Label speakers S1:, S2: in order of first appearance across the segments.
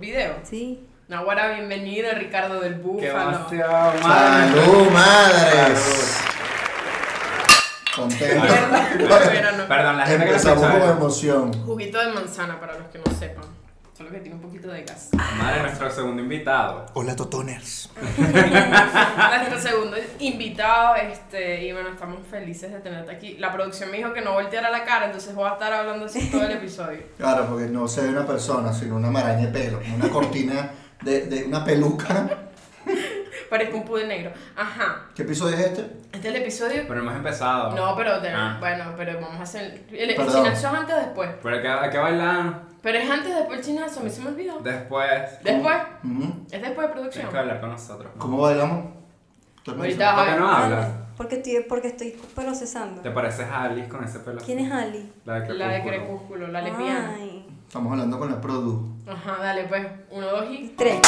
S1: creo.
S2: Sí.
S1: Nahuara, bienvenido, Ricardo del
S3: Que
S1: Búfalo.
S3: demasiado madre.
S4: ¡Salud, madres! Contento.
S1: Perdón, no.
S3: Perdón, la gente que no
S4: Empezamos con
S3: sabe.
S4: emoción.
S1: Juguito de manzana, para los que no sepan. Solo que tiene un poquito de gas.
S3: Madre, nuestro segundo invitado.
S4: Hola, Totoners.
S1: Nuestro segundo invitado, este, y bueno, estamos felices de tenerte aquí. La producción me dijo que no volteara la cara, entonces voy a estar hablando así todo el episodio.
S4: Claro, porque no se ve una persona, sino una maraña de pelo, como una cortina de, de una peluca.
S1: Parezco un pude negro. Ajá.
S4: ¿Qué episodio es este?
S1: Este es el episodio.
S3: Pero hemos empezado.
S1: No, pero de-
S3: Ah.
S1: bueno, pero vamos a hacer. El, el
S4: Perdón.
S1: chinazo es antes o después.
S3: Pero hay que, hay que bailar
S1: Pero es antes o después el chinazo, a mí se me olvidó.
S3: después.
S1: Después.
S4: Ujú.
S1: Es después de
S3: Tienes
S1: producción.
S3: que hablar con nosotros.
S4: ¿Cómo bailamos? ¿Tú me dices?
S1: Ahorita
S3: ¿Por qué no
S2: Ah,
S3: hablas?
S2: Porque estoy, porque estoy procesando.
S3: ¿Te pareces a Alice con ese pelo?
S2: ¿Quién es Ali?
S3: La de
S1: La de
S3: Crepúsculo.
S1: Crepúsculo, la lesbiana.
S2: Ay.
S4: Estamos hablando con la produ.
S1: Ajá, dale pues. Uno, dos y.
S2: Tres.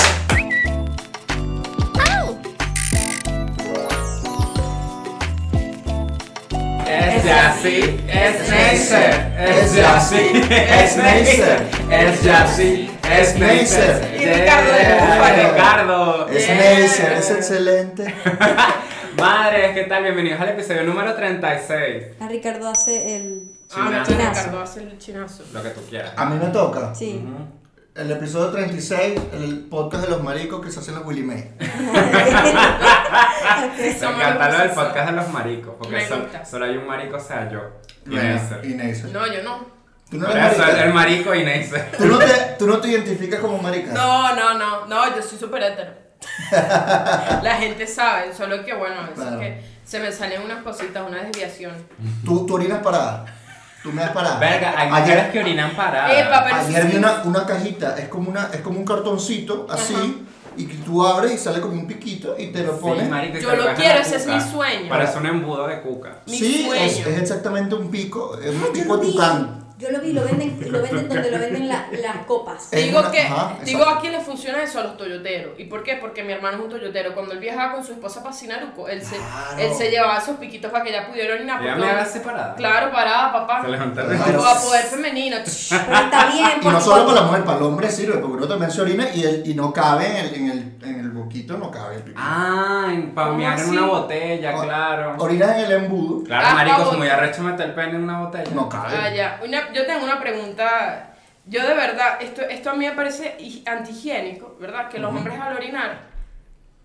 S2: Es
S3: Es Jassy, es Nacer. Es Jassy, es Nacer. Es Jassy, es Nacer.
S1: Y Ricardo de Búfalo.
S3: Ricardo.
S4: Es
S1: Yeah.
S4: Neisser, es excelente.
S3: Madres, ¿qué tal? Bienvenidos al episodio número 36.
S2: A Ah, Ricardo hace el.
S1: Ah, no,
S3: Chinazo.
S1: Ricardo hace el chinazo.
S3: Lo que tú quieras.
S4: A mí me toca.
S2: Sí.
S3: Ujú.
S4: El episodio 36, el podcast de los maricos que se hacen los Willy May.
S2: Ok.
S3: Me
S1: Somos
S3: encanta lo del
S1: los-
S3: podcast de los maricos, porque
S1: Me
S3: so-
S1: gusta.
S3: solo hay un marico, o sea, yo. Y
S4: Bueno,
S3: Nacer.
S4: y Neisser.
S1: No, yo no.
S4: Tú no
S3: Por
S4: eres
S3: eso, el
S4: marica.
S3: marico y Nacer.
S4: ¿Tú no, te, tú no te identificas como marica.
S1: No, no, no, no, yo soy súper hétero. La gente sabe, solo que bueno, a veces
S4: Claro.
S1: que se me salen unas cositas, una desviación.
S4: Tú, tú orinas parada. Tú me das parada.
S3: Verga, hay mujeres
S4: Ah, ayer,
S3: que orinan paradas.
S1: Epa, pero
S4: ayer
S1: sí.
S4: vi una, una cajita, es como, una, es como un cartoncito así,
S1: Ajá.
S4: y que tú abres y sale como un piquito y te lo
S3: Sí,
S4: pones.
S3: marico, y
S1: Yo
S3: te
S1: lo
S3: bajan
S1: quiero,
S3: la
S1: ese es
S3: cuca.
S1: mi sueño.
S3: Parece un embudo de cuca.
S1: Mi
S4: sí,
S1: sueño.
S4: es, es exactamente un pico, es
S2: Ah,
S4: un
S2: yo
S4: pico
S2: lo
S4: de
S2: vi.
S4: tucán.
S2: Yo lo vi, lo venden, lo venden donde lo venden la- las copas.
S4: Es
S1: Digo
S4: una-
S1: que,
S4: ajá,
S1: digo
S4: exacto.
S1: a quién le funciona eso a los toyoteros. ¿Y por qué? Porque mi hermano es un toyotero. Cuando él viajaba con su esposa para Sinaruco, él se,
S4: Claro.
S1: él se llevaba esos piquitos para que ella pudiera orinar.
S3: Ella
S1: porque-
S3: me haga separada.
S1: Claro, parada, papá.
S3: Se levanta el
S4: Claro.
S1: O a poder femenino.
S2: Pero está bien,
S4: Y no
S2: porque-
S4: solo para la mujer, para el hombre sirve, porque uno también se orina y, el, y no cabe en el, en, el, en el boquito, no cabe el piquito.
S3: Ah, para
S1: ¿Cómo
S3: mear en
S1: así?
S3: una botella, claro.
S4: Orinas en el embudo,
S3: Claro,
S1: Ah,
S3: marico,
S1: pa'
S3: es muy arrecho meter el pene en una botella.
S4: no cabe.
S1: Ah, ya. Una- yo tengo una pregunta. Yo de verdad, esto, esto a mí me parece hi- antihigiénico, ¿verdad? Que los hombres al orinar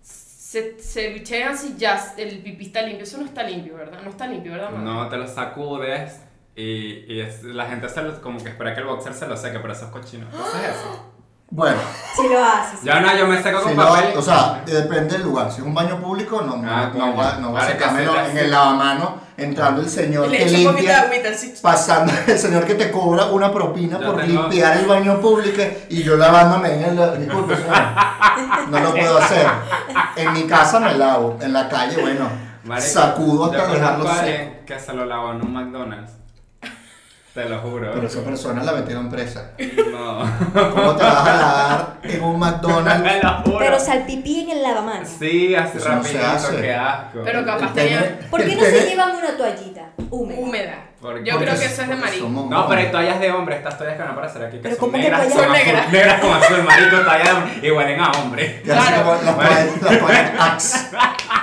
S1: se, se chegan si ya el pipí está limpio. Eso no está limpio, ¿verdad? No está limpio, ¿verdad? mamá?
S3: No, te lo sacudes y, y es- la gente se lo, como que espera que el boxer se lo seque, pero eso es cochino. ¿Qué es eso?
S4: Bueno,
S2: Sí lo haces.
S3: Yo no, yo me seco con
S4: Ah. si no,
S3: papel.
S4: o sea, depende del lugar. Si es un baño público, no, no-
S3: Ah,
S4: no,
S3: coño.
S4: va, no va a
S3: Vale,
S4: secármelo
S3: que se-
S4: en el lavamano entrando el señor
S1: Le
S4: que
S1: echo un poquito de
S4: limpia.
S1: agüita, así.
S4: Pasando el señor que te cobra una propina
S3: Yo
S4: por
S3: tengo-
S4: limpiar el baño público y yo lavándome en el. Disculpe, señor. No lo puedo hacer. En mi casa me lavo. En la calle, bueno,
S3: Marico,
S4: sacudo
S3: yo
S4: hasta
S3: conozco
S4: dejarlo
S3: a
S4: seco.
S3: alguien que se lo lavó en un McDonald's. Te lo juro.
S4: Pero esa persona la metieron presa.
S3: No.
S4: ¿Cómo te vas a lavar en un McDonald's?
S3: Te lo juro.
S2: Pero salpipí en el lavamanos.
S3: Sí, así
S4: Eso no se
S3: rapidito,
S4: hace.
S3: qué asco.
S1: Pero capaz
S4: El pene-
S1: tenía
S2: ¿Por qué
S4: el
S2: no se
S4: pene-
S2: llevan una toallita húmeda?
S1: húmeda.
S3: Porque-
S1: Yo creo
S3: porque
S1: que eso es de
S4: porque
S1: marico.
S4: somos
S3: No, pero hay
S4: hombres.
S3: toallas de hombre, estas toallas que van a aparecer aquí que
S2: Pero
S3: son
S2: ¿cómo que
S3: negras,
S2: toallas
S3: son
S2: de
S3: azul-
S2: negras?
S3: negras como azul marico, toallas de hombre, y huelen a hombre.
S4: Que así
S1: Claro.
S4: como las toallas- las toallas Axe,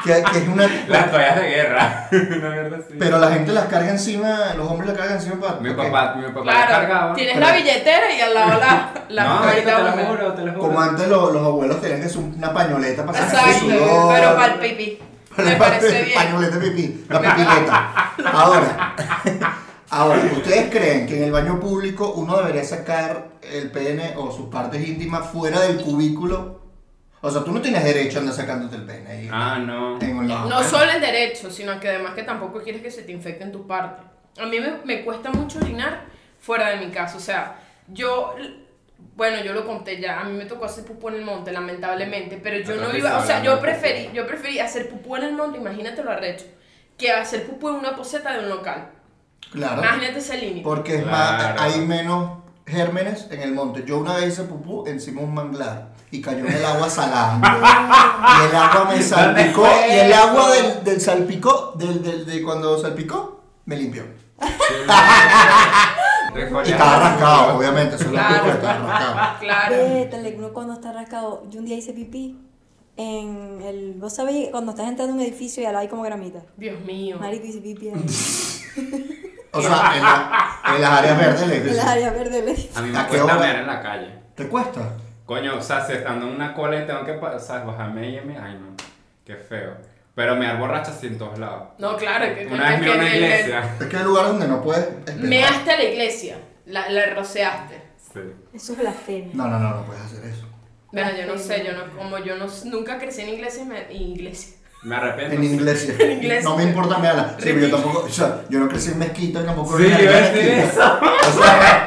S4: que, que es una...
S3: Las toallas de guerra. Una mierda así.
S4: Pero la gente las carga encima, los hombres las cargan encima para...
S3: mi
S4: porque
S3: papá, mi papá las
S1: Claro,
S3: cargaba.
S1: tienes
S4: pero-
S1: la billetera y al lado la, la
S3: no, marico,
S1: toallita
S3: te lo
S1: húmeda.
S3: juro, te lo juro.
S4: Como antes lo- los abuelos tenían que hacer una pañoleta para sacar el
S1: Exacto,
S4: sudor.
S1: pero para el pipí. Me
S4: Para-
S1: parece bien.
S4: Pañoleta de pipí, la pipileta. Ahora, ahora, ¿ustedes creen que en el baño público uno debería sacar el pene o sus partes íntimas fuera del cubículo? O sea, tú no tienes derecho a andar sacándote el pene ahí.
S3: Ah, no.
S4: en un lado.
S1: No solo el derecho, sino que además que tampoco quieres que se te infecten tu parte. A mí me, me cuesta mucho orinar fuera de mi casa. O sea, yo, bueno, yo lo conté ya. A mí me tocó hacer pupú en el monte, lamentablemente. Pero yo no
S3: Otra vez
S1: iba, o sea,
S3: hablando
S1: yo
S3: de pupú.
S1: preferí, yo preferí hacer pupú en el monte, imagínate lo arrecho, que hacer pupú en una poseta de un local.
S4: Claro.
S1: Imagínate ese límite.
S4: Porque es
S3: Claro.
S4: más, hay menos gérmenes en el monte. Yo una vez hice pupú encima de un manglar y cayó en el agua salada. y el agua me salpicó.
S3: fue
S4: Y el
S3: eso?
S4: agua del, del salpicó, del, del- de cuando salpicó, me limpió.
S3: Pues
S4: Y estaba
S3: Recoleando.
S4: rascado, obviamente, eso es la
S1: Claro.
S4: culpa, estaba rascado.
S1: Claro.
S2: Vétale, uno cuando está rascado, yo un día hice pipí en el... ¿Vos sabéis cuando estás entrando a un edificio y al lado hay como gramita?
S1: Dios mío.
S2: Marico hice pipí ahí.
S4: O sea, en, la- en las áreas verdes le
S2: en
S4: dices,
S2: las áreas verdes. le-
S3: A mí
S4: ¿A
S3: me
S4: qué
S3: cuesta
S4: hora?
S3: ver en la calle.
S4: ¿Te cuesta?
S3: Coño, o sea, si estando en una cola y tengo que pasar, bajarme y irme, ay no, qué feo. Pero me borracha así en todos lados.
S1: No, claro. Que,
S3: Una vez
S1: que-
S3: me iba a una
S1: que- que-
S3: iglesia.
S4: Es que hay lugares donde no puedes esperar.
S1: Measte a la iglesia. La, la roceaste.
S3: Sí.
S2: Eso es blasfemia.
S4: No, no, no, no puedes hacer eso.
S1: Mira, yo no sé, yo no, como yo no, nunca crecí en iglesia, me, iglesia.
S3: Me arrepiento.
S4: En
S3: sí.
S4: inglés. sí.
S1: En inglés.
S4: No me importa, me habla. Sí, pero yo tampoco. O sea, yo no crecí en mezquita y tampoco.
S3: Sí,
S4: crecí en
S3: yo iba a decir
S4: mezquita. O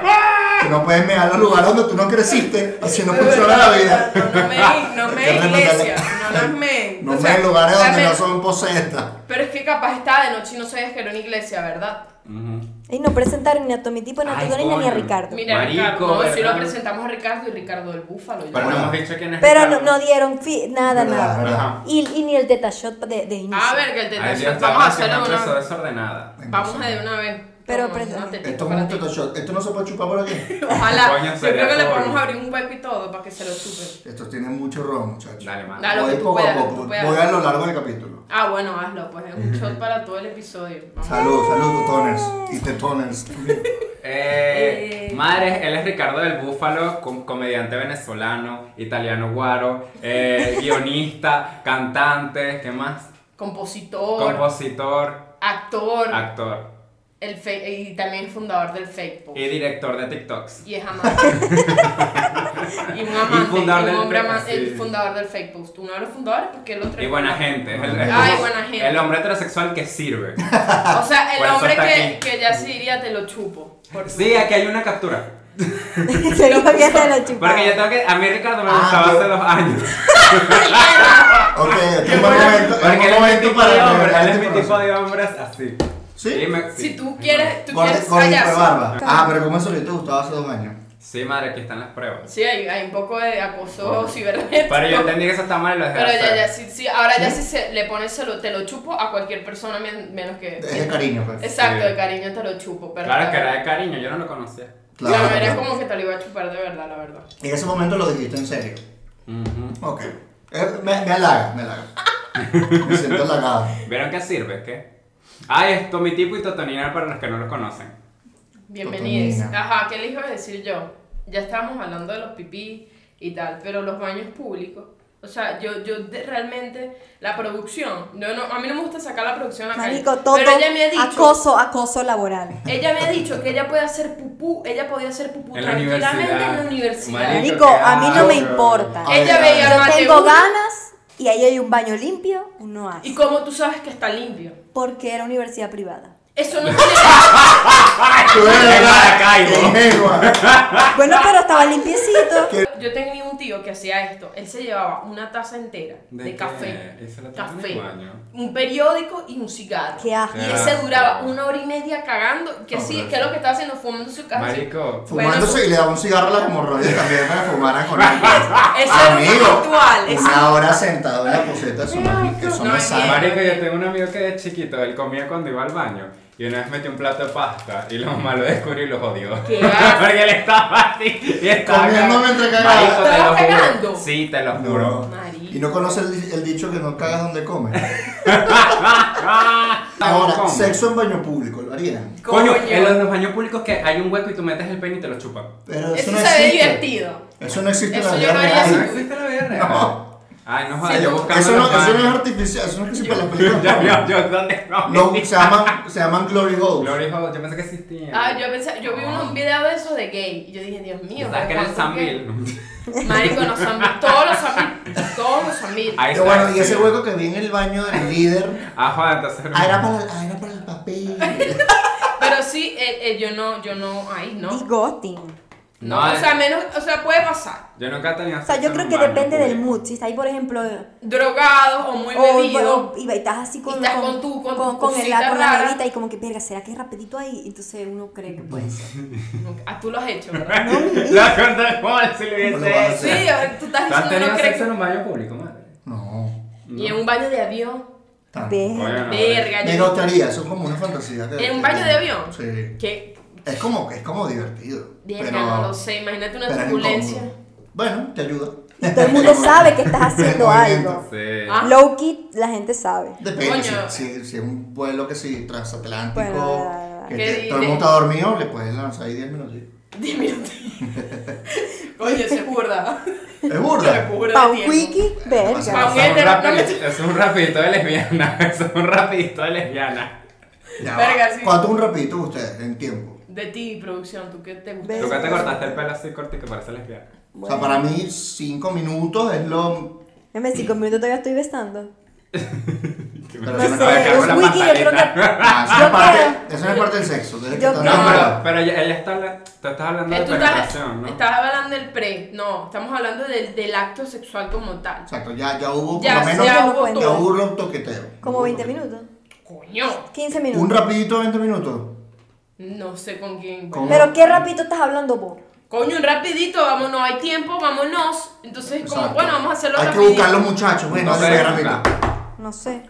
S4: sea, que no puedes mear los lugares donde tú no creciste, así no funciona la vida.
S1: No, no me, no me
S4: Hay que
S1: iglesia,
S4: remontarle.
S1: no nos me.
S4: No
S1: o
S4: meas
S1: sea,
S4: en lugares donde
S1: dame-
S4: no son posestas.
S1: Pero es que capaz estaba de noche y no sabías que era una iglesia, ¿verdad?
S3: Ujú.
S2: Y no presentaron ni a Tommy Tipo, ni a
S3: Ay,
S2: Tudorina, ni a
S3: coño.
S2: Ricardo.
S1: Mira,
S3: Marico,
S1: Ricardo, no, si lo
S3: ¿verdad?
S1: presentamos a Ricardo y Ricardo del Búfalo. yo-
S3: Pero no
S4: Hola.
S3: hemos dicho quién es.
S2: Pero no,
S3: Ricardo.
S2: no dieron fi- nada,
S4: Verdad,
S2: nada.
S4: verdad.
S3: Ajá.
S2: Y, y ni el teta shot de, de inicio.
S1: A ver, que el
S3: Ay, Dios,
S1: tetazo.
S3: la
S1: Vamos a
S3: música
S1: hacerlo de
S3: empezó
S1: una
S3: desordenada.
S1: Vamos a de una vez.
S2: Pero
S1: Toma,
S2: presen-
S1: un tetito
S4: Esto es
S1: para
S4: un
S1: ti.
S4: teto shot. Esto no se puede chupar por aquí.
S3: Coño,
S1: Ojalá. Yo
S3: sería
S1: creo que le
S3: todo.
S1: podemos abrir un hueco y todo para que se lo chupe.
S4: Esto tiene mucho ron, muchachos.
S3: Dale, mano.
S1: Dale. lo
S4: Voy
S1: que tú
S4: poco a
S1: puedas,
S4: poco.
S1: tú
S4: Voy
S1: puedas.
S4: a lo largo del capítulo.
S1: Ah, bueno, hazlo, pues es un shot para todo el episodio. Vamos.
S4: Salud, salud, toners y tetoners.
S3: Eh,
S2: Eh.
S3: Madres, él es Ricardo del Búfalo, com- comediante venezolano, italiano guaro, eh, guionista, cantante, ¿qué más?
S1: Compositor,
S3: Compositor,
S1: actor,
S3: actor
S1: el fe- y también fundador del Facebook.
S3: y director de TikToks.
S1: Y es amante. y un amante.
S3: Y fundador
S1: y un
S3: del
S1: hombre
S3: Fe-
S1: ama- el
S3: sí.
S1: fundador del Fake Post. Uno de los fundadores, porque el otro.
S3: Y buena gente. El, el-
S1: Ay, buena gente.
S3: El hombre heterosexual que sirve.
S1: O sea, el
S3: Por eso
S1: hombre
S3: está
S1: que,
S3: aquí.
S1: que ya se diría te lo chupo. Por-
S3: Sí, aquí hay una captura.
S2: Se dijo que te lo chupaba.
S3: Porque yo tengo que. A mí Ricardo me
S4: Ah,
S3: gustaba
S4: yo-
S3: hace dos años.
S4: Ok, este es un buen momento, es un
S3: Porque
S4: buen
S3: él es mi tipo
S4: momento
S3: de
S4: para
S3: hombre.
S4: revelar
S3: Él es
S4: este
S3: mi tipo
S4: proceso.
S3: de hombres así.
S4: ¿Sí?
S3: me-
S1: Si tú quieres, tú
S4: Gordi-
S1: quieres
S4: Gordito de
S1: hallarse.
S4: barba. Ah, pero como eso que te gustaba hace dos años.
S3: Sí, madre, aquí están las pruebas.
S1: Sí, hay, hay un poco de acoso
S3: Bueno.
S1: cibernético.
S3: Pero yo entendí que eso está mal y lo dejé de
S1: Pero ya,
S3: hacer.
S1: ya, sí, sí, ahora ya si se, le pones se lo- te lo chupo a cualquier persona men- menos que...
S4: Es de cariño, pues.
S1: Exacto,
S3: Sí.
S1: de cariño te lo chupo, pero...
S3: Claro que era de cariño, yo no lo conocía.
S1: Claro,
S4: Claro,
S1: era
S4: claro.
S1: como que te lo iba a chupar de verdad, la verdad.
S4: En ese momento lo dijiste en serio.
S3: Ujú.
S4: Ok. Eh, Me, me halaga, me halaga. Me siento halagado.
S3: ¿Vieron qué sirve? ¿Qué? Ah, es Tommy Tipo y Totonina para los que no los conocen.
S1: Bienvenidos.
S4: Otonina.
S1: Ajá, ¿qué les iba a decir yo? Ya estábamos hablando de los pipí y tal, pero los baños públicos. O sea, yo, yo de- realmente, la producción, yo no, a mí no me gusta sacar la producción a la calle,
S2: Marico, todo
S1: pero ella me ha dicho,
S2: acoso, acoso laboral.
S1: ella me ha dicho que ella puede hacer pupú, ella podía hacer pupú
S3: En la
S1: tranquilamente en la
S3: universidad.
S1: universidad.
S3: Marico,
S2: Marico,
S3: qué
S2: a mí no me
S3: asco.
S2: importa.
S4: Ay,
S1: Ella
S4: Ay,
S1: veía al
S2: Yo
S1: Mateo
S2: tengo ganas y ahí hay un baño limpio, uno hace.
S1: ¿Y cómo tú sabes que está limpio?
S2: Porque era universidad privada.
S1: Eso no tiene.
S3: ¡Ay,
S4: Tú eres
S3: de
S4: Qué
S3: Maracaibo!
S4: ingenua.
S2: Bueno, pero estaba limpiecito.
S1: Yo tenía un tío que hacía esto. Él se llevaba una taza entera de,
S3: ¿De qué?
S1: café,
S3: ¿Y se la tomaba en el
S1: café,
S3: baño?
S1: un periódico y un cigarro.
S2: Qué asco.
S1: Y
S3: Qué
S1: ese
S3: asco.
S1: duraba una hora y media cagando. Que
S4: No,
S1: sí,
S4: pero
S1: que es lo que estaba haciendo fumando su casa.
S3: Marico.
S4: Fumándose y le daba un cigarro a las hemorroides también para que fumaran con él.
S1: Ese era un
S4: Amigo,
S1: ritual. ese-
S4: una hora sentado en la poseta, eso no es, eso no es
S1: No, es
S4: sano.
S1: bien.
S3: Marico, yo tengo un amigo que de chiquito, él comía cuando iba al baño. Y una vez metió un plato de pasta y la mamá lo descubrió y lo jodió.
S1: Qué asco.
S3: Porque él estaba así y estaba
S4: Comiendo
S3: cagando.
S4: mientras cagaba.
S3: Marico, te
S1: ¿Estaba
S3: lo juro.
S1: cagando?
S3: Sí, te lo juro.
S4: No.
S1: Marico.
S4: Y no conoce el, el dicho que no cagas donde comes.
S3: Ah,
S4: Ahora,
S3: ¿cómo?
S4: sexo en baño público, lo harían.
S3: Coño,
S1: Coño.
S3: en los, los baños públicos que hay un hueco y tú metes el pene y te lo chupan.
S4: Pero eso,
S1: Eso
S4: no
S1: se ve
S4: existe.
S1: divertido.
S4: Eso no existe en
S1: Eso
S4: la
S1: yo
S4: vida
S1: lo haría
S4: real.
S1: así.
S3: ¿No existe la vida real?
S4: No.
S3: Ay, no jodas,
S1: Sí,
S3: yo
S1: no.
S3: buscando
S4: Eso no,
S3: los
S4: eso no es
S3: baños.
S4: artificial, eso no existe para las
S3: Ya vio,
S4: películas.
S3: yo, ¿dónde? No,
S4: No, se llaman, se llaman glory holes.
S3: Glory Hole, yo pensé que existía.
S1: Ah, yo, pensé, yo vi un video de eso de gay. Y yo dije, Dios mío.
S3: ¿Sabes que era el
S1: ¿cuánto
S3: San
S1: gay?
S3: Bill?
S1: Marico, no San Bill, Todos los San Bill, Todos los San Bill.
S3: Ahí
S4: Pero
S3: está.
S4: bueno, y ese hueco que vi en el baño del líder.
S3: Ah, joder, entonces.
S4: Ah, era para, ah, era para el papel.
S1: Pero sí, eh, eh, yo no, yo no, ahí no.
S2: Disgusting.
S1: No, o
S3: eh.
S1: sea, menos, o sea, puede pasar.
S3: yo nunca he tenido
S2: O sea, yo creo que depende
S3: pues.
S2: del mood. Si está ahí, por ejemplo,
S1: Drogado o muy
S2: o,
S1: bebido.
S2: o- y estás así con,
S1: Y estás con tu- con tu
S2: con el
S1: cosita
S2: con la
S1: rara.
S2: varita y como que, verga, ¿será que es rapidito ahí? Entonces uno cree que puede ser.
S1: Nunca- Ah, tú lo has hecho, ¿verdad?
S3: La contra el si lo
S4: No lo vas
S3: hubiese
S4: a
S1: Sí,
S3: hecho.
S4: hacer.
S1: a ver, tú estás
S3: ¿Tú has
S1: diciendo
S3: tenido
S1: no crees
S3: sexo
S1: que...
S3: en un baño público, madre?
S4: No.
S1: Y en un baño de avión.
S4: tan-
S2: Verga.
S3: Coño, no.
S1: Verga,
S4: Me
S1: yo-
S4: gustaría, eso es como una fantasía. que-
S1: ¿En un baño de avión?
S4: Sí.
S1: ¿Qué,
S4: Es como, es como divertido.
S1: Verga,
S4: pero,
S1: no lo sé, imagínate una
S4: pero es
S1: turbulencia.
S4: incómodo. Bueno, te ayuda.
S2: Y todo el mundo sabe que estás haciendo
S4: Movimiento.
S2: algo.
S3: Sí.
S1: Ah.
S2: Low key, la gente sabe.
S4: Depende, si,
S1: Coño.
S4: si, si es un vuelo que si transatlántico,
S2: Bueno, la- la- la-
S4: que
S1: Que
S4: te-
S1: di-
S4: todo el
S1: de-
S4: mundo está dormido, le puedes lanzar ahí 10 minutos.
S1: Diez minutos. Coño, se es burda.
S4: Es
S1: Se
S4: burda.
S1: burda de
S2: Pa' un
S1: tiempo.
S2: wiki,
S1: Pa'
S2: verga.
S1: un
S3: Ah, Es un
S1: hétero,
S3: rapi-
S1: no me-
S3: es un rapidito de lesbiana. Es un rapidito de lesbiana.
S4: Ya
S1: Verga,
S4: va.
S1: sí.
S4: ¿Cuánto un rapidito ustedes en tiempo?
S1: De ti, producción, ¿tú qué te gusta?
S2: Ve-
S3: ¿Tú que te cortaste el pelo así corto y que parece lesbiana?
S4: O sea, para mí 5 minutos es lo...
S2: Dame cinco minutos todavía estoy besando.
S4: Pero
S2: No
S4: eso
S2: sé,
S4: no es
S3: Sacar
S2: es
S3: una
S2: wiki, yo creo
S3: pataleta.
S2: que.
S4: Ah, eso no es
S2: Yo
S4: parte- eso no es parte del sexo. tienes que
S2: Yo
S4: estar-
S2: creo-
S3: No, pero, pero ella, ella está, habla- tú estás hablando
S1: Eh,
S3: de
S1: tú estás,
S3: penetración, ¿no?
S1: estás hablando del pre, no, estamos hablando del, del acto sexual como tal.
S4: Exacto, ya, ya hubo
S1: Ya,
S4: por lo menos...
S1: ya
S2: no
S1: hubo
S2: cuenta.
S4: Ya
S1: todo.
S4: hubo un toqueteo.
S2: Como 20 minutos.
S1: Coño,
S2: 15
S4: ¿Un
S2: minutos.
S4: rapidito 20 minutos?
S1: no sé con quién.
S4: Con-
S2: Pero qué rapidito estás hablando vos.
S1: Coño, un rapidito, vamos, no hay tiempo, vámonos. Entonces, como,
S4: Exacto.
S1: bueno, vamos a hacerlo
S4: Hay
S1: rapidito.
S4: que buscar a los muchachos, bueno,
S3: No sé,
S4: dale,
S3: nunca.
S4: rapidito.
S2: No sé.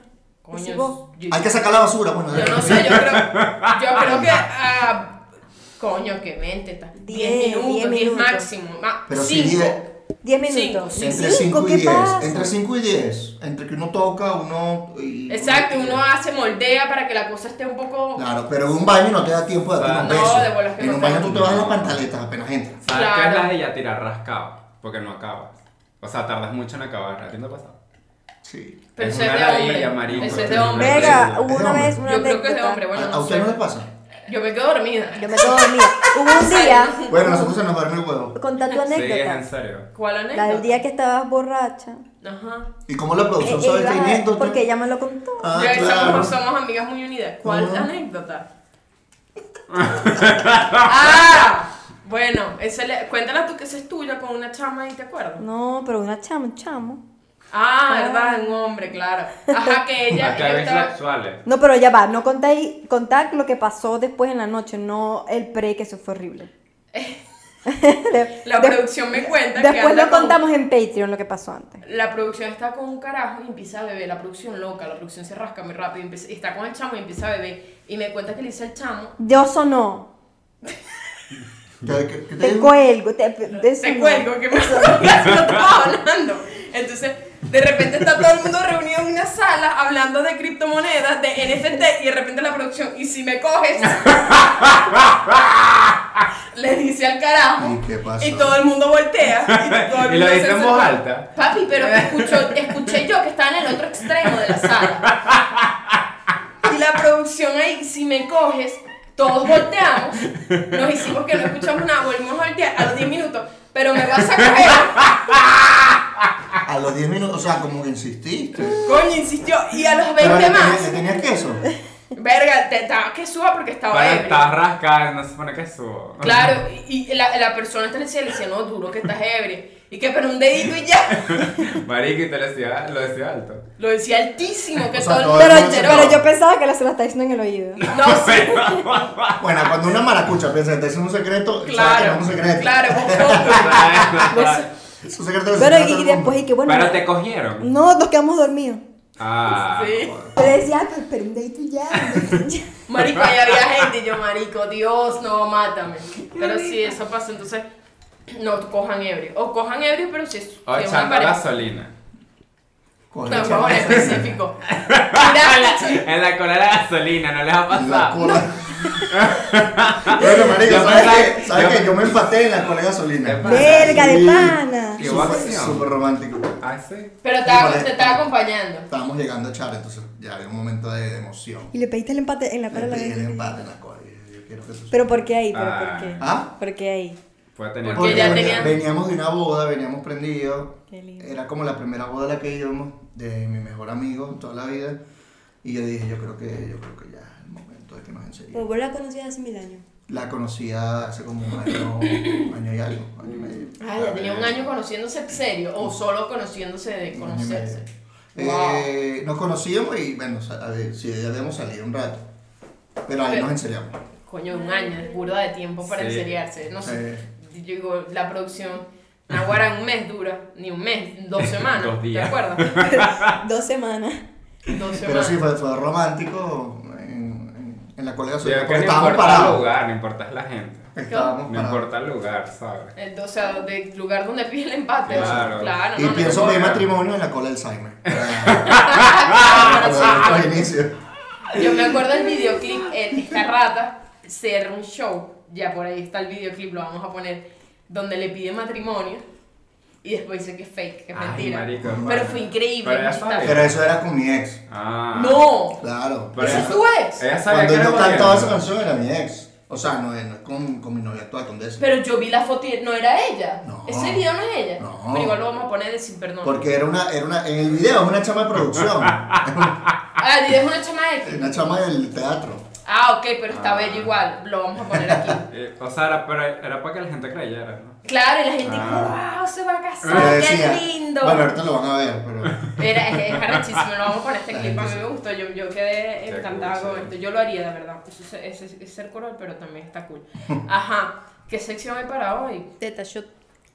S1: Coño,
S2: ¿Y si vos?
S1: yo,
S4: Hay que sacar la basura, bueno,
S1: yo
S4: dale,
S1: no sé, yo creo, yo creo que... ah, coño, que mente, está. 10
S2: Diez,
S1: minutos, 10
S2: diez minutos.
S1: máximo. ma-
S4: Pero si
S1: cinco.
S2: 10
S1: Cinco,
S2: minutos.
S1: sí,
S4: Entre
S2: 5,
S4: 5 y
S2: ¿qué
S4: 10. Entre
S2: pasa?
S4: 5 y 10. Entre que uno toca, uno. y-
S1: Exacto, uno hace, moldea para que la cosa esté un poco...
S4: Claro, pero en un baño no te da tiempo de darte
S3: Ah,
S4: un
S1: no,
S4: beso.
S1: de bolas que
S4: en
S1: no
S4: un
S1: te
S4: baño
S1: da.
S4: tú te vas a las pantaletas apenas entras.
S3: ¿Sabes qué es
S1: Claro.
S3: la de ella tirar rascado? Porque no acabas. O sea, tardas mucho en acabar. ¿A ti no te ha pasado?
S4: Sí.
S1: Pero
S3: Es
S1: eso es
S3: una
S1: de hombre.
S3: ladilla, marico.
S1: Eso es de
S3: Es una
S1: hombre.
S2: Verga,
S4: Es
S2: hubo
S4: de
S2: una
S4: hombre.
S2: vez una
S1: Yo creo que es de
S2: anécdota.
S1: hombre, bueno,
S4: ¿A, a
S1: no
S4: usted no le
S1: sé.
S4: pasa?
S1: Yo me quedo dormida.
S2: Yo me quedo dormida. Hubo un día.
S4: Bueno, nosotros se nos duerme el huevo.
S2: Contá tu
S3: Sí, es en
S2: anécdota.
S3: serio.
S1: ¿Cuál
S2: La
S1: anécdota?
S2: del día que estabas borracha.
S1: Ajá.
S4: ¿Y cómo la
S2: Eh,
S4: producción
S2: eh,
S4: sabe
S2: ibas
S4: esta
S2: a-
S4: anécdota?
S2: porque ella me lo contó.
S4: Ah,
S1: Ya
S4: claro.
S1: somos, somos amigas muy unidas. ¿Cuál
S4: Ujú.
S1: anécdota? ah, bueno, esa le- cuéntala tú que esa es tuya con una chama y te acuerdas.
S2: No, pero una chama, un chamo.
S1: Ah, verdad, un hombre, claro. Ajá, que ella,
S3: Acá
S1: ella
S3: ves
S1: estaba-
S3: sexuales.
S2: No, pero ya va, no contáis, contad lo que pasó después en la noche, no el pre, que eso fue horrible. De-
S1: La
S2: de-
S1: producción me cuenta que
S2: Después
S1: anda
S2: lo
S1: con-
S2: contamos en Patreon lo que pasó antes.
S1: La producción está con un carajo y empieza a beber. La producción loca, la producción se rasca muy rápido. y empieza- está con el chamo y empieza a beber. Y me cuenta que le dice al chamo.
S2: Dios o no,
S4: ¿Qué- qué- qué te
S2: te
S4: digo?
S2: cuelgo, te, de eso
S1: Te
S2: no.
S1: cuelgo, que me estaba hablando. Entonces, de repente está todo el mundo reunido en una sala hablando de criptomonedas, de NFT, y de repente la producción, y si me coges, le dice al carajo.
S4: ¿Y qué pasó?
S1: Y todo el mundo voltea. Y, todo el
S3: Y lo
S1: mundo se
S3: dice en voz
S1: acerca.
S3: alta.
S1: Papi, pero escucho- escuché yo que estaba en el otro extremo de la sala. Y la producción ahí, si me coges, todos volteamos. Nos hicimos que no escuchamos nada, volvimos a voltear a los 10 minutos. Pero me vas a coger.
S4: A los 10 minutos, o sea, como que insististe.
S1: Coño, insistió. Y a los
S4: Pero
S1: 20
S4: le tenías,
S1: más.
S4: le tenías queso.
S1: Verga, te estaba que suba porque estaba
S3: Pero
S1: ebrio.
S3: estás rascada, no se supone que subo.
S1: Claro, y y la, la persona te decía, le decía, no, duro que estás ebrio. Y que, pero un dedito y ya.
S3: Marico, y te lo decía, lo decía alto.
S1: Lo decía altísimo, que
S4: O sea,
S1: todo
S4: todo
S1: el
S2: Pero,
S1: mundo
S4: el
S1: se
S2: yo-
S4: mundo
S1: enteró.
S2: pero yo pensaba que la- se la está diciendo en el oído.
S1: No, sí.
S4: Bueno, cuando una maracucha piensa que te dice un secreto, sabes que no
S1: Claro,
S4: es un secreto.
S1: claro, vos cómpralo.
S3: Pero
S4: Es un secreto que se
S2: Pero
S4: sabe todo
S2: y,
S4: el mundo.
S2: después, y que bueno,
S3: te cogieron.
S2: no, nos quedamos dormidos.
S3: Ah.
S1: Sí.
S2: Pero decía, "Ay, pero, pero un dedito ya, un dedito ya".
S1: Marico, ahí había gente y yo, marico, Dios, no, mátame. Pero sí, eso pasa, entonces, no cojan ebrio. O cojan ebrio, pero si es, si
S3: O
S1: es una
S3: echando
S1: pareja.
S3: gasolina.
S4: Con
S1: No,
S4: la
S1: vamos en
S4: chapa.
S1: específico.
S3: En la,
S1: Mira,
S3: en la cola de la gasolina, no les ha
S4: La
S3: pasado.
S4: cola. bueno, marico,
S3: Yo
S4: ¿sabes
S3: pensaba-
S4: qué? ¿Sabes
S3: yo-
S4: qué? Yo me empaté en la cola de gasolina.
S3: Epa.
S2: Verga, de
S4: Sí.
S2: pana.
S3: Qué
S4: Súper,
S3: vacío.
S4: súper romántico.
S3: Ah, sí.
S1: pero estaba-
S4: Sí,
S1: te estaba acompañando.
S4: Estábamos llegando a Char, entonces ya había un momento de, de emoción.
S2: Y le pediste el empate en la
S4: Le
S2: cara a la
S4: pedí el
S2: gente.
S4: Este, empate en la cola. y dije, Yo quiero que eso
S2: Pero ¿por qué ahí? ¿Pero
S3: Ah.
S2: por qué?
S4: ¿Ah?
S2: ¿Por qué ahí?
S3: Puede tener.
S1: Porque ya
S4: venía-
S1: tenía-
S4: veníamos de una boda, veníamos prendidos.
S2: Qué lindo.
S4: Era como la primera boda a la que íbamos de mi mejor amigo en toda la vida. Y yo dije, yo creo que, yo creo que ya es el momento de que nos
S2: Pero
S4: enseñemos.
S2: vos la conocías hace mil años.
S4: La conocía hace como un año, año y algo, año y medio.
S1: Ah, ya tenía un año conociéndose serio, o solo conociéndose de
S4: Un año y medio.
S1: conocerse.
S4: Eh, nos conocíamos y bueno, sa- a ver, sí, ya habíamos salido un rato. Pero ahí
S1: Pero-
S4: nos enseriamos.
S1: Coño, un año, es burda de tiempo para
S3: Sí.
S1: enseriarse. No sé,
S4: Eh,
S1: yo digo, la producción, Naguara un mes dura, ni un mes, dos semanas,
S3: Dos días.
S1: ¿te acuerdas?
S2: Dos semanas.
S1: Dos
S4: Pero
S1: semanas.
S4: sí, fue, fue romántico en, en- en en la cola de
S3: Yo creo
S4: gasolina. Porque
S3: que no
S4: estábamos
S3: importa el
S4: parados.
S3: lugar, no importa la gente.
S4: Estábamos
S3: No
S4: parados.
S3: importa el lugar, ¿sabes?
S1: El, o sea, del lugar donde pide el empate. Claro,
S3: Claro.
S1: claro
S4: Y
S1: no, no
S4: pienso
S1: me-
S4: pedir
S3: importa.
S4: matrimonio en la cola del Saime. Para- para volver al inicio.
S1: Ah, Yo me acuerdo del videoclip, eh, esta rata, ser un show, ya por ahí está el videoclip, lo vamos a poner, donde le pide matrimonio y después dice que es fake, que es
S3: Ay,
S1: mentira.
S3: marico,
S1: pero
S3: hermano.
S1: fue increíble.
S3: Pero ya
S1: está-
S3: sabes.
S4: Pero eso era con mi ex.
S3: Ah.
S1: No,
S4: Claro.
S3: Pero
S1: ese
S3: ella-
S1: es tu ex.
S3: Ella sabía
S4: Cuando
S3: que era
S4: yo cantaba esa
S3: gobierno.
S4: canción era mi ex. O sea, no es, no es con, con mi novia actual, con Desi.
S1: Pero yo vi la foto y no era ella.
S4: No.
S1: Ese video no es ella.
S4: No.
S1: Pero igual lo vamos a poner de sin perdón.
S4: Porque era una, era una, en el video es una chama de producción. una
S1: Ah, el video es una chama X.
S4: chama del teatro.
S1: Ah, ok, pero está
S3: Ah.
S1: bello igual. Lo vamos a poner aquí.
S3: Eh, o sea, era, pero era para que la gente creyera, ¿no?
S1: Claro, y la gente,
S3: Ah.
S1: wow, se va a
S4: Pero
S1: casar,
S4: Eh, decía-
S1: qué lindo.
S4: Bueno, ahorita lo van a ver, pero.
S1: Era, es, es arrechísimo, lo vamos a poner este
S4: La
S1: clip, a mí
S4: gente
S1: me gustó, yo, yo quedé
S3: Qué
S1: encantada
S3: cool,
S1: con
S3: sí.
S1: esto, yo lo haría de verdad, eso es, es- es- es ser coral, pero también está cool. Ajá, ¿qué sección hay para hoy?
S2: Teta shot.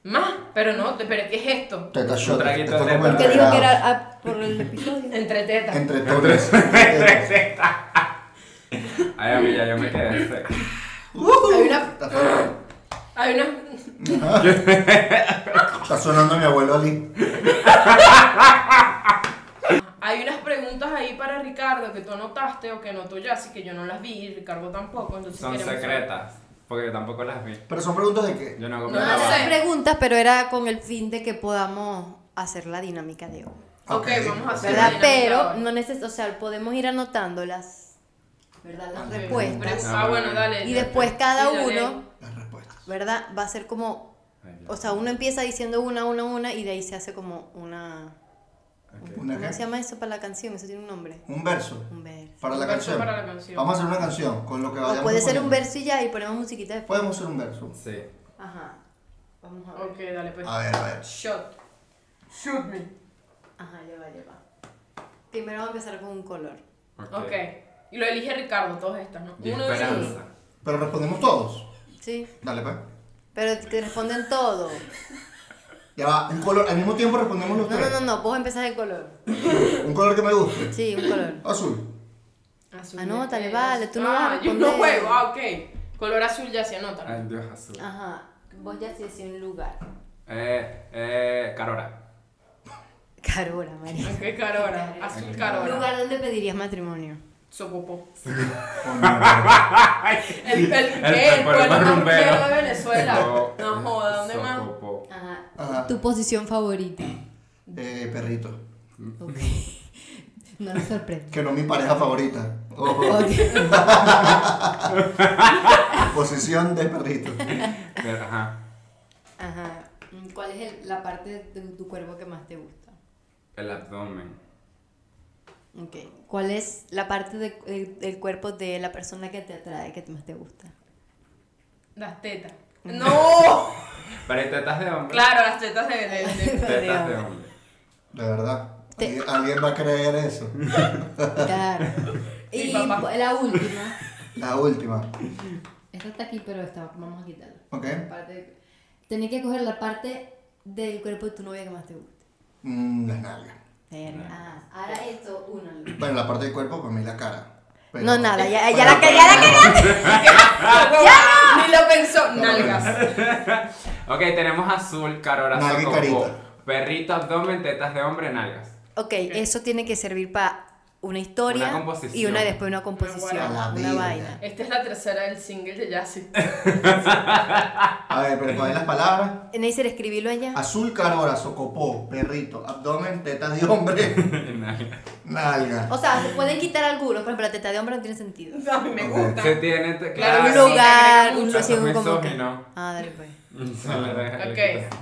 S1: Más, pero no, te- pero ¿qué es esto?
S4: Teta shot.
S3: traguito
S4: esto
S3: de
S4: como
S3: teta.
S2: Que dijo que
S4: entregados.
S2: era ah, por el episodio.
S1: Entre tetas.
S4: Entre todos.
S3: Ay, a mí ya yo me quedé seco.
S1: Hay una,
S4: Está fuerte.
S1: hay una,
S4: Está sonando mi abuelo Ali.
S1: hay unas preguntas ahí para Ricardo que tú anotaste o que anotó ya, así que yo no las vi y Ricardo tampoco, entonces
S3: Son
S1: queremos-
S3: secretas, porque yo tampoco las vi.
S4: Pero son preguntas de qué.
S3: Yo no hago
S1: No,
S3: nada.
S1: sé.
S5: preguntas, pero era con el fin de que podamos hacer la dinámica de hoy.
S1: Ok, vamos a hacer
S5: ¿Verdad?
S1: la dinámica
S5: Pero
S1: ahora.
S5: no neces o sea, podemos ir anotándolas, ¿verdad? Las
S1: Ok,
S5: respuestas.
S1: pregunta- Ah, bueno, dale. pues.
S5: Y después cada
S1: Sí, dale.
S5: uno,
S4: Las respuestas.
S5: ¿verdad? Va a ser como, o sea, uno empieza diciendo una, una, una y de ahí se hace como una...
S4: ¿Una
S5: ¿Cómo
S4: qué?
S5: se llama eso para la canción? Eso tiene un nombre.
S4: Un verso.
S5: Un verso.
S4: Para
S1: Un
S4: la,
S1: verso
S4: canción.
S1: para la canción.
S4: Vamos a hacer una canción con lo que vayamos.
S5: O puede ser
S4: poniendo.
S5: un verso y ya y ponemos musiquita después.
S4: Podemos hacer un verso.
S1: Pues.
S3: Sí.
S5: Ajá. Vamos a ver.
S1: Ok, dale pues.
S4: A ver, a ver.
S1: Shot. Shoot me.
S5: Ajá, ya va, ya va. Primero vamos a empezar con un color.
S1: Ok. Y lo elige Ricardo, todas estas, ¿no?
S3: Y
S1: Uno de
S3: esperanza.
S4: Pero respondemos todos.
S5: Sí.
S4: Dale, pues.
S5: Pero te responden todo.
S4: Ya va, un color, al mismo tiempo respondemos los
S5: No, no,
S4: tres.
S5: no, no, vos empezás el color.
S4: Un color que me guste.
S5: Sí, un color.
S4: Azul.
S1: Azul.
S5: Anótale,
S1: Eh,
S5: vale, tú no
S1: ah,
S5: vas a
S1: yo no
S5: responder.
S1: juego, ah, ok. Color azul ya se anota.
S3: Ay, Dios azul.
S5: Ajá. Vos ya hacías un lugar.
S3: Eh, eh, Carora.
S5: Carora, María.
S1: Ok, carora. Azul carora.
S5: Lugar donde pedirías matrimonio.
S1: Sopopó.
S4: Con-
S1: El, el, el,
S3: El
S1: el pueblo
S3: pueblo
S1: más
S3: rumbero.
S1: izquierdo de Venezuela.
S3: No,
S1: No joda, ¿dónde más? Ah.
S3: Socopo.
S5: Ajá.
S4: Ajá.
S5: Tu posición favorita.
S4: Eh, perrito.
S5: Ok. No me sorprende.
S4: Que no es mi pareja favorita. Ojo.
S5: Ok.
S4: Posición de perrito.
S3: Pero, Ajá.
S5: Ajá. Mm, ¿Cuál es el- la parte de tu cuerpo que más te gusta?
S3: El abdomen.
S5: Ok. ¿Cuál es la parte de- de- del cuerpo de la persona que te atrae, que más te gusta?
S1: Las tetas. ¡No!
S3: Pero hay tetas de hombre.
S1: Claro, las tetas de Venezuela.
S3: Tetas de hombre.
S4: De verdad.
S5: Te-
S4: ¿Alguien, alguien va a creer eso?
S5: Claro.
S1: Mi
S5: Y
S1: papá.
S5: po- la última.
S4: La última.
S5: Esta está aquí, pero esta vamos a quitarla.
S4: ¿Ok?
S5: Parte- Tenés que coger la parte del cuerpo de tu novia que más te guste.
S4: Mm, las nalgas.
S5: Verga. Ah, ahora esto, únalo.
S4: Bueno, la parte del cuerpo, para mí la cara. Pero-
S5: No, nada, ya, ya
S4: Pero-
S5: la cagué, ya la cagué.
S1: ¡Ya! Ni lo pensó. Nalgas.
S3: Ok, tenemos azul, Carora,
S4: Nalga y
S3: Socopo.
S4: carita.
S3: Perrito, abdomen, tetas de hombre, nalgas.
S5: Ok, eso tiene que servir para una historia
S3: Una composición.
S5: y una después una composición,
S1: Una
S4: guarada.
S5: una,
S4: La verga.
S5: vaina.
S1: Esta es la tercera del single de Yassi.
S4: A ver, pero ¿cuáles las palabras?
S5: Neisser, escribilo allá.
S4: Azul, carora, socopó, perrito, abdomen, tetas de hombre,
S3: Nalgas.
S4: nalga.
S5: O sea, se pueden quitar algunos, por ejemplo, la teta de hombre no tiene sentido.
S1: A mí me gusta.
S3: Se tiene, te-
S1: Claro que sí,
S5: Un
S3: claro.
S5: lugar,
S1: que
S5: un
S3: mucho.
S5: lugar como que...
S3: Misógino.
S5: Ah, dale pues.
S3: Se le deja- le
S1: Ok.
S3: quita.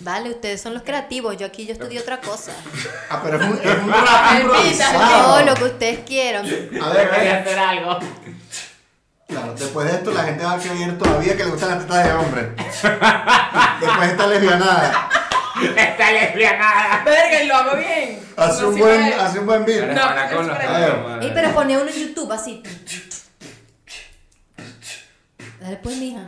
S5: Dale, ustedes son los creativos, yo aquí yo estudié otra cosa.
S4: Ah, pero es un, es un rap
S5: Todo
S4: improvisado.
S5: lo que ustedes quieran.
S4: A ver, a ver.
S3: hacer algo.
S4: Claro, después de esto la gente va a creer todavía que le gustan las tetas de hombre. después está lesbianada.
S3: Está lesbianada.
S1: Verga, y lo hago bien.
S4: Hace un
S1: Así
S4: buen,
S1: fue.
S4: hace un buen beat.
S1: No,
S3: Ahora con los
S1: espera.
S4: A
S2: Eh,
S5: Ey, pero pone uno en YouTube así. Dale pues, mija.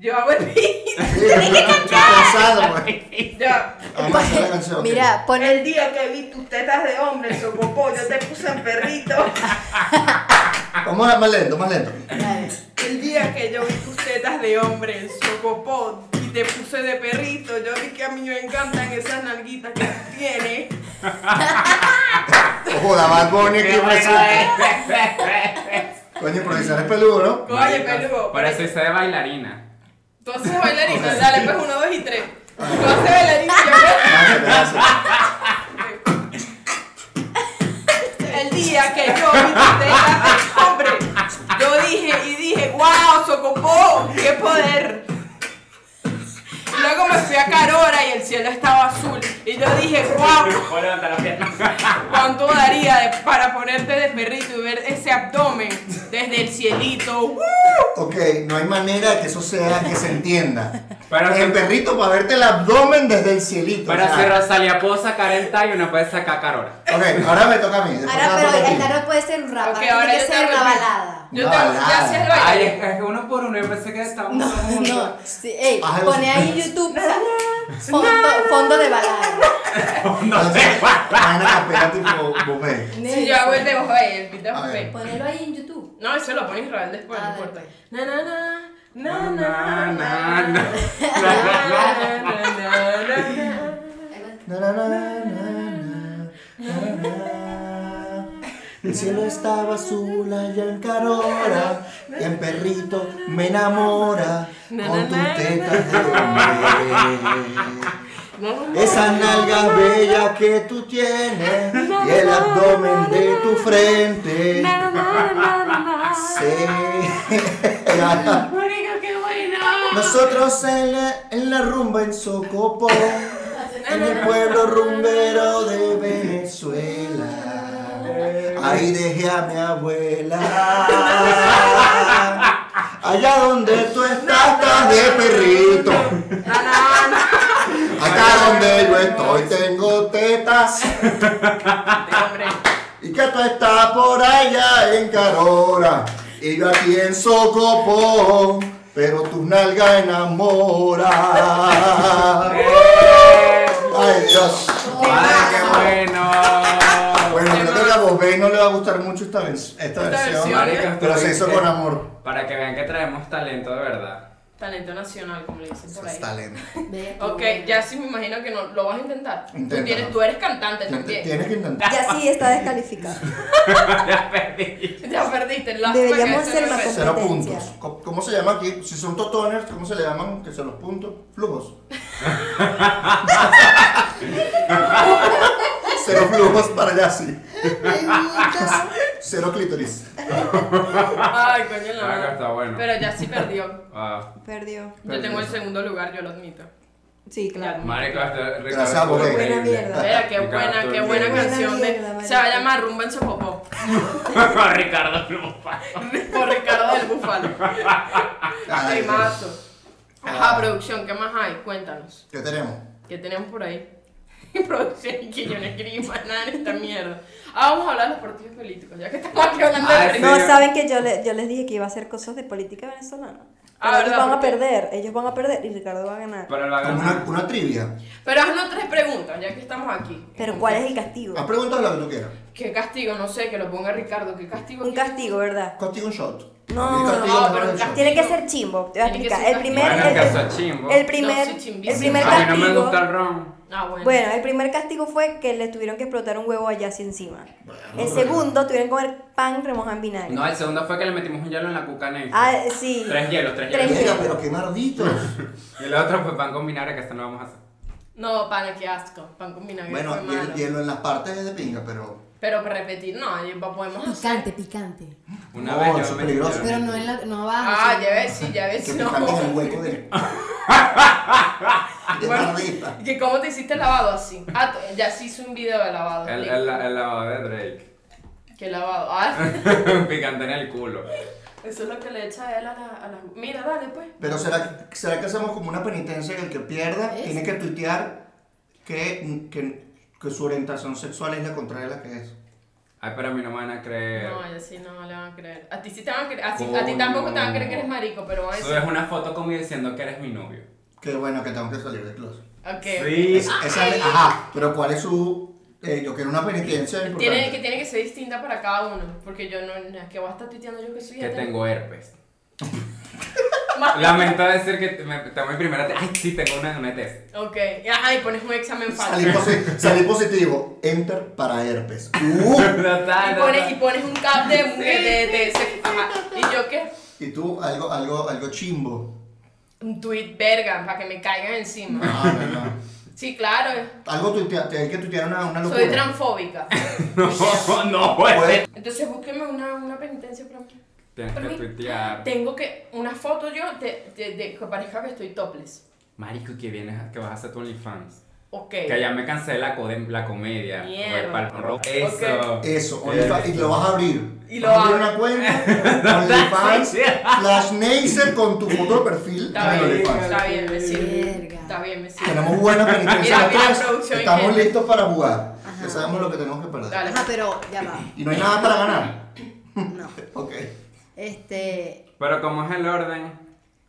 S1: Yo hago el beat.
S4: Sí, estoy cansado, güey.
S1: Ya.
S4: Vamos a hacer la canción.
S5: Pues, Mira,
S1: Por
S5: pone
S1: día que vi tus tetas de hombre, socopó, yo te puse en perrito.
S4: Vamos a- más lento, más lento.
S5: Dale.
S1: El día que yo vi tus tetas de hombre en Socopod y te puse de perrito, yo vi que a mí me encantan esas nalguitas que tú tienes.
S4: Ojo, la Bad Bunny aquí presente. Coño, improvisar es peludo, ¿no?
S1: Oye,
S3: Marico,
S1: peludo.
S3: Por eso hice de bailarina.
S1: Tú haces bailarina, dale, pues uno, dos y tres. Tú haces bailarina y yo
S4: Gracias, gracias.
S1: El día que yo vi tus tetas de hombre, yo dije y dije, wow, Socopod, qué poder. Luego me fui a Carora y el cielo estaba azul. Y yo dije, wow,
S3: Voy a levantar la pierna.
S1: ¿Cuánto daría de- para ponerte de perrito y ver ese abdomen desde el cielito? ¡Uh!
S4: Ok, no hay manera de que eso sea, que se entienda.
S3: Pero
S4: el
S3: se-
S4: perrito para verte el abdomen desde el cielito. o
S3: Para
S4: sea.
S3: ser Rosalía, puedo sacar el tallo y no puedes sacar Carora.
S4: Ok, ahora me toca a mí. después
S5: Ahora,
S4: me
S5: pero
S4: toca a ti.
S5: el tarot puede ser un rap,
S1: Ok,
S5: ahora
S1: ahora
S5: tiene
S1: yo
S5: que
S1: te
S5: ser
S1: voy
S5: una
S1: a-
S5: balada.
S1: Yo te
S4: Una
S1: ya hacía el
S4: balada.
S3: Ay,
S1: baile.
S3: es que uno por uno, yo pensé que estábamos
S5: No, no, sí, ey,
S4: Haz algo
S5: pone
S4: así.
S5: ahí YouTube, fondo, fondo de balada.
S3: No sé.
S4: Ana Capela tipo Bobé.
S1: Si yo hago el de Ojo ahí, el pita
S4: A ver.
S1: Buffet.
S5: Ponelo ahí en YouTube.
S1: No, eso lo pone Israel después, no
S5: Ah,
S1: importa.
S5: después.
S1: Na na na. Na
S3: Na,
S1: na na.
S3: na,
S1: na,
S3: na.
S1: na, na, na, na.
S4: Na, na, na, na, na, na, na. El cielo estaba azul allá en Carora y en perrito me enamora con tus tetas de hombre.
S1: No, no, no.
S4: Esas nalgas bellas que tú tienes y el abdomen de tu frente.
S1: Na, na, na, na, na.
S4: Sí.
S1: Marico, qué bueno.
S4: Nosotros en la, en la rumba en Socopo, en el pueblo rumbero de Venezuela. Ahí dejé a mi abuela. Allá donde tú estás, estás de perrito.
S1: Na, na, na.
S4: Acá donde yo estoy, tengo tetas.
S1: De Este hombre.
S4: Y que tú estás por allá en Carora y yo aquí en Socopó, pero tus nalgas enamora. Ay Dios.
S3: Ay, qué bueno.
S4: Bueno, creo que la voz B no le va a gustar mucho esta, vez- esta versión,
S1: versión.
S3: ¿eh?
S4: pero se hizo con amor.
S3: Para que vean que traemos talento de verdad.
S1: Talento nacional, como le dicen
S4: Eso
S1: por
S4: es
S1: ahí.
S4: talento.
S5: Ve, tú,
S1: Ok,
S5: bueno.
S1: ya sí me imagino que no lo vas a intentar. Tú,
S4: Inténtalo.
S1: tienes, tú eres cantante Pues también.
S4: Tienes que intentar.
S2: Ya sí está descalificado.
S1: Ya perdiste el
S2: Deberíamos hacer una cosa.
S4: Cero
S2: Competencia.
S4: puntos. Co- ¿Cómo se llama aquí? Si son totoners, ¿cómo se le llaman? Que son los puntos. Flujos. Cero flujos para allá, sí. Cero clítoris.
S1: Ay, coño, la
S3: Acá
S1: verdad.
S3: está bueno.
S1: Pero ya sí perdió.
S3: Wow.
S2: Perdió.
S1: Yo tengo el segundo lugar, yo lo admito.
S2: Sí, claro.
S3: Marico, este Ricardo
S4: Gracias,
S3: estuvo
S4: Bobé.
S3: increíble.
S2: Buena mierda.
S1: Mira, qué
S3: Ricardo
S1: buena,
S3: estuvo
S1: qué buena
S2: Buena
S1: canción. de-
S2: mierda,
S1: se va a
S2: vale.
S1: llamar Rumba en Sopopó.
S3: increíble. Ricardo Lupa.
S1: Por Ricardo del Búfalo.
S3: Ah,
S4: Ay,
S1: Temazo. Ajá, producción, ¿qué más hay? Cuéntanos.
S4: ¿Qué tenemos?
S1: ¿Qué tenemos por ahí? producción, que yo no escribí más nada en esta mierda. Ah, vamos a hablar de los partidos políticos, ya que estamos aquí hablando
S3: Ay,
S1: de
S3: Ah, sí.
S1: política.
S2: No, saben que yo, le- yo les dije que iba a hacer cosas de política venezolana.
S1: Ah,
S2: Pero ellos
S1: ¿verdad?
S2: van a
S1: Porque-
S2: perder, ellos van a perder y Ricardo va a ganar.
S3: Pero lo
S4: Como
S3: hagan.
S4: Una, una trivia.
S1: Pero haznos tres preguntas, ya que estamos aquí.
S2: Pero ¿cuál es el castigo?
S4: Haz preguntas lo que tú quieras.
S1: ¿Qué castigo? No sé, que lo ponga Ricardo. ¿Qué castigo?
S2: Un
S1: quieres?
S2: castigo, ¿verdad?
S4: Contigo un shot.
S2: No,
S4: A mí
S2: no,
S4: contigo
S1: no,
S4: me
S1: pero
S4: parece un
S1: ya-
S4: shot.
S2: Tiene que ser chimbo, te voy
S1: Tiene
S2: a
S1: que
S2: explicar.
S1: ser
S2: El primer,
S3: castigo.
S2: el,
S3: Bueno, que sea chimbo.
S2: el primer,
S1: No, sí, chimbísimo.
S2: el primer
S3: A mí no me
S2: castigo.
S3: gusta el ron.
S1: Ah, bueno.
S2: Bueno, el primer castigo fue que le tuvieron que explotar un huevo allá así encima.
S4: Bueno,
S2: El segundo tuvieron que comer pan remojado en vinagre.
S3: No, el segundo fue que le metimos un hielo en la cuca negra.
S2: Ah, sí.
S3: Tres hielos, tres
S2: Tres
S3: hielos.
S4: Mira, pero qué marditos.
S3: Y el otro fue pan con vinagre, que esto no vamos a hacer.
S1: No, pana, qué asco. Pan con vinagre
S4: Bueno,
S1: fue
S4: hielo,
S1: malo.
S4: hielo en las partes es de pinga, pero.
S1: Pero para repetir, no, ya podemos hacer.
S5: Picante, picante.
S3: Una
S4: No,
S3: vez yo
S4: eso es
S3: me
S4: peligroso.
S3: metí
S5: Pero
S3: hielo.
S5: no, en la, no abajo.
S1: Ah,
S5: sino-
S1: ya ves, sí, ya ves, sí,
S4: Que me
S1: no.
S4: en el hueco de. de la ripa.
S1: Bueno, ¿que ¿Cómo te hiciste el lavado así? Ah, t- ya sí hice un video de lavado.
S3: El,
S1: explica.
S3: el, el lavado de Drake.
S1: ¿Qué lavado? Ah,
S3: Picante en el culo.
S1: eso es lo que le echa él a la... a la- Mira, dale, pues.
S4: Pero será, será que hacemos como una penitencia que el que pierda
S5: ¿Es?
S4: tiene que tuitear que, que, que su orientación sexual es la contraria a la que es.
S3: Ay, pero a mí no me van a creer.
S1: No, ya sí no le van a creer. A ti sí te van a creer. A, ti- a ti
S3: Coño.
S1: tampoco te van a creer que eres marico, pero van a decir...
S3: Subes una foto conmigo diciendo que eres mi novio.
S4: Qué bueno que tengo que salir del closet.
S1: Ok.
S3: Sí.
S4: Es- esa es- ajá, pero ¿cuál es su eh, yo quiero una penitencia
S1: Tiene, que
S4: importante.
S1: tiene que ser distinta para cada uno, porque yo no, no, es que voy a estar tuiteando yo que soy
S3: Que
S1: hetero.
S3: tengo herpes.
S1: Ma-
S3: Lamento decir que me tomé primera te- Ay, sí, tengo una, una ETS.
S1: Ok, ajá, y pones un examen
S4: Salí,
S1: falso.
S4: posi- salí positivo, enter para herpes. Uh,
S1: Y pones, y pones un cap de, de, de- de- se- ajá. Y yo qué?
S4: y tú, algo, algo, algo chimbo.
S1: Un tweet verga, para que me caigan encima.
S4: Ah, No, no, no.
S1: Sí, claro,
S4: Algo tuitea, hay que tuitear una, una locura.
S1: soy transfóbica.
S3: No, no, ese-
S4: Puedes-
S1: Entonces búsqueme una, una penitencia para mí.
S3: Tienes
S1: Para
S3: que
S1: mí,
S3: tuitear.
S1: Tengo que, una foto yo de, de, de que parezca que estoy topless.
S3: Marico, que vienes, a- que vas a hacer tu OnlyFans.
S1: Ok.
S3: Que ya me cansé la, codem- la comedia.
S1: Mierda.
S3: Pal- pal- ro- Eso.
S4: Eso, OnlyFans, y lo vas a abrir.
S1: Y lo
S4: vas a abrir
S1: abro.
S4: una cuenta, OnlyFans, Flash Nacer con tu foto de perfil.
S1: Está
S4: en
S1: bien,
S4: OnlyFans.
S1: está bien, me sirve.
S5: Verga.
S1: Está bien, me sirve.
S4: Tenemos buena penitencia
S1: Mira,
S4: los
S1: mira,
S4: tres,
S1: producción,
S4: Estamos
S1: ¿qué?
S4: listos para jugar. Ya
S5: Ajá.
S4: sabemos lo que tenemos que perder.
S1: Dale.
S5: Ajá, pero ya va.
S4: Y no hay nada para ganar.
S5: No.
S4: Ok.
S5: Este.
S3: Pero como es el orden.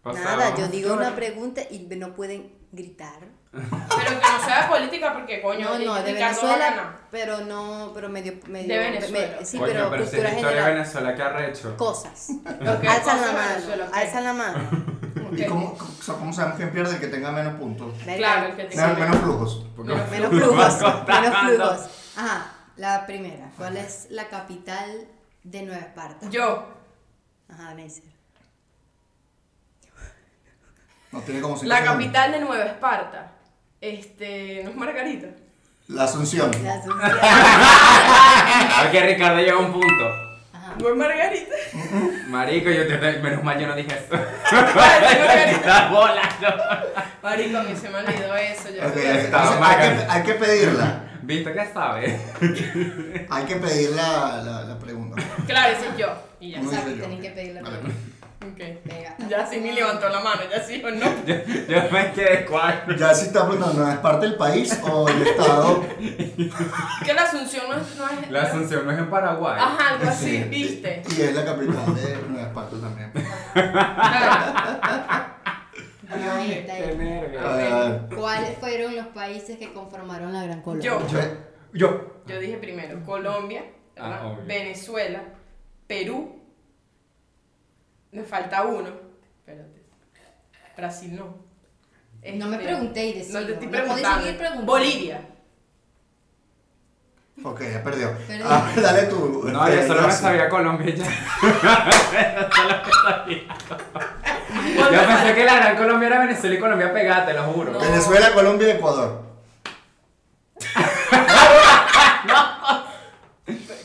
S3: O sea,
S5: Nada,
S3: vamos-
S5: yo digo una pregunta y no pueden gritar.
S1: Pero que no sea de política porque coño,
S5: No, no, de
S1: Ricardo va a ganar.
S5: Venezuela, pero no, pero medio. medio
S1: Venezuela.
S5: me- sí,
S3: Coño,
S5: pero,
S3: pero si es
S5: cultura
S3: historia de
S5: general.
S3: Venezuela, ¿qué arrecho?
S5: Cosas.
S1: Ok,
S5: Alzan la
S1: cosa
S5: mano.
S1: Venezuela, ok.
S5: Alzan la mano.
S4: ¿Y
S1: Ok.
S4: cómo, o sea, cómo sabemos quién pierde el que tenga menos puntos?
S1: Claro, el que te
S4: Menos, menos flujos.
S3: Porque-
S5: Menos flujos. Menos
S3: Contando.
S5: flujos. Ajá, la primera. ¿Cuál es la capital de Nueva Esparta?
S1: Yo,
S5: Ajá, Neisser.
S4: No tiene como cinco
S1: la
S4: segundos.
S1: capital de Nueva Esparta. Este, no es Margarita.
S4: La Asunción.
S5: La Asunción.
S3: A ver, que Ricardo lleva un punto.
S5: Ajá.
S1: No es Margarita.
S3: Marico, yo te, te- menos mal yo no dije eso.
S1: Margarita.
S3: Está volando.
S1: Marico, a mí se me olvidó eso. Ya
S4: Ok,
S1: okay.
S3: está,
S4: entonces, hay,
S3: Maga.
S4: que, hay que pedirla.
S3: ¿Viste que sabes?
S4: Hay que pedir la, la, la pregunta.
S1: Claro, ese es yo. Y ya.
S4: Como
S5: Exacto,
S4: dice yo.
S5: tenés que pedirla.
S4: Vale.
S1: Ok.
S5: Venga.
S1: Ya sí ni levantó la mano, ya sí o no.
S3: Yo, yo me quedé cuatro.
S4: Ya si está preguntando, ¿no es parte del país o el estado?
S1: Que la Asunción no es. No es
S3: La Asunción no es en Paraguay.
S1: Ajá, algo así, viste.
S4: Y es la capital de Nueva Esparta también.
S1: Claro.
S5: Ajá, y está
S3: Qué
S5: ahí.
S3: nervios.
S4: A ver, a ver.
S5: ¿Cuáles fueron los países que conformaron la Gran Colombia?
S1: Yo,
S4: Ve-
S3: Yo.
S1: yo dije primero Colombia,
S3: Ah,
S1: ¿verdad?
S3: obvio.
S1: Venezuela, Perú. Me falta uno. Espérate. Brasil no.
S5: No me
S1: Este,
S5: preguntéis, decilo.
S1: No te estoy
S5: No podéis
S1: preguntando.
S5: seguir preguntando.
S1: Bolivia.
S4: Ok, ya perdió.
S5: Perdí.
S4: Ah, dale tú.
S3: No, yo
S4: este,
S3: solo me
S4: Gracia.
S3: sabía Colombia y ya. Yo solo me sabía. Yo pensé que la gran Colombia era Venezuela y Colombia pegada, te lo juro.
S5: No.
S4: Venezuela, Colombia y Ecuador.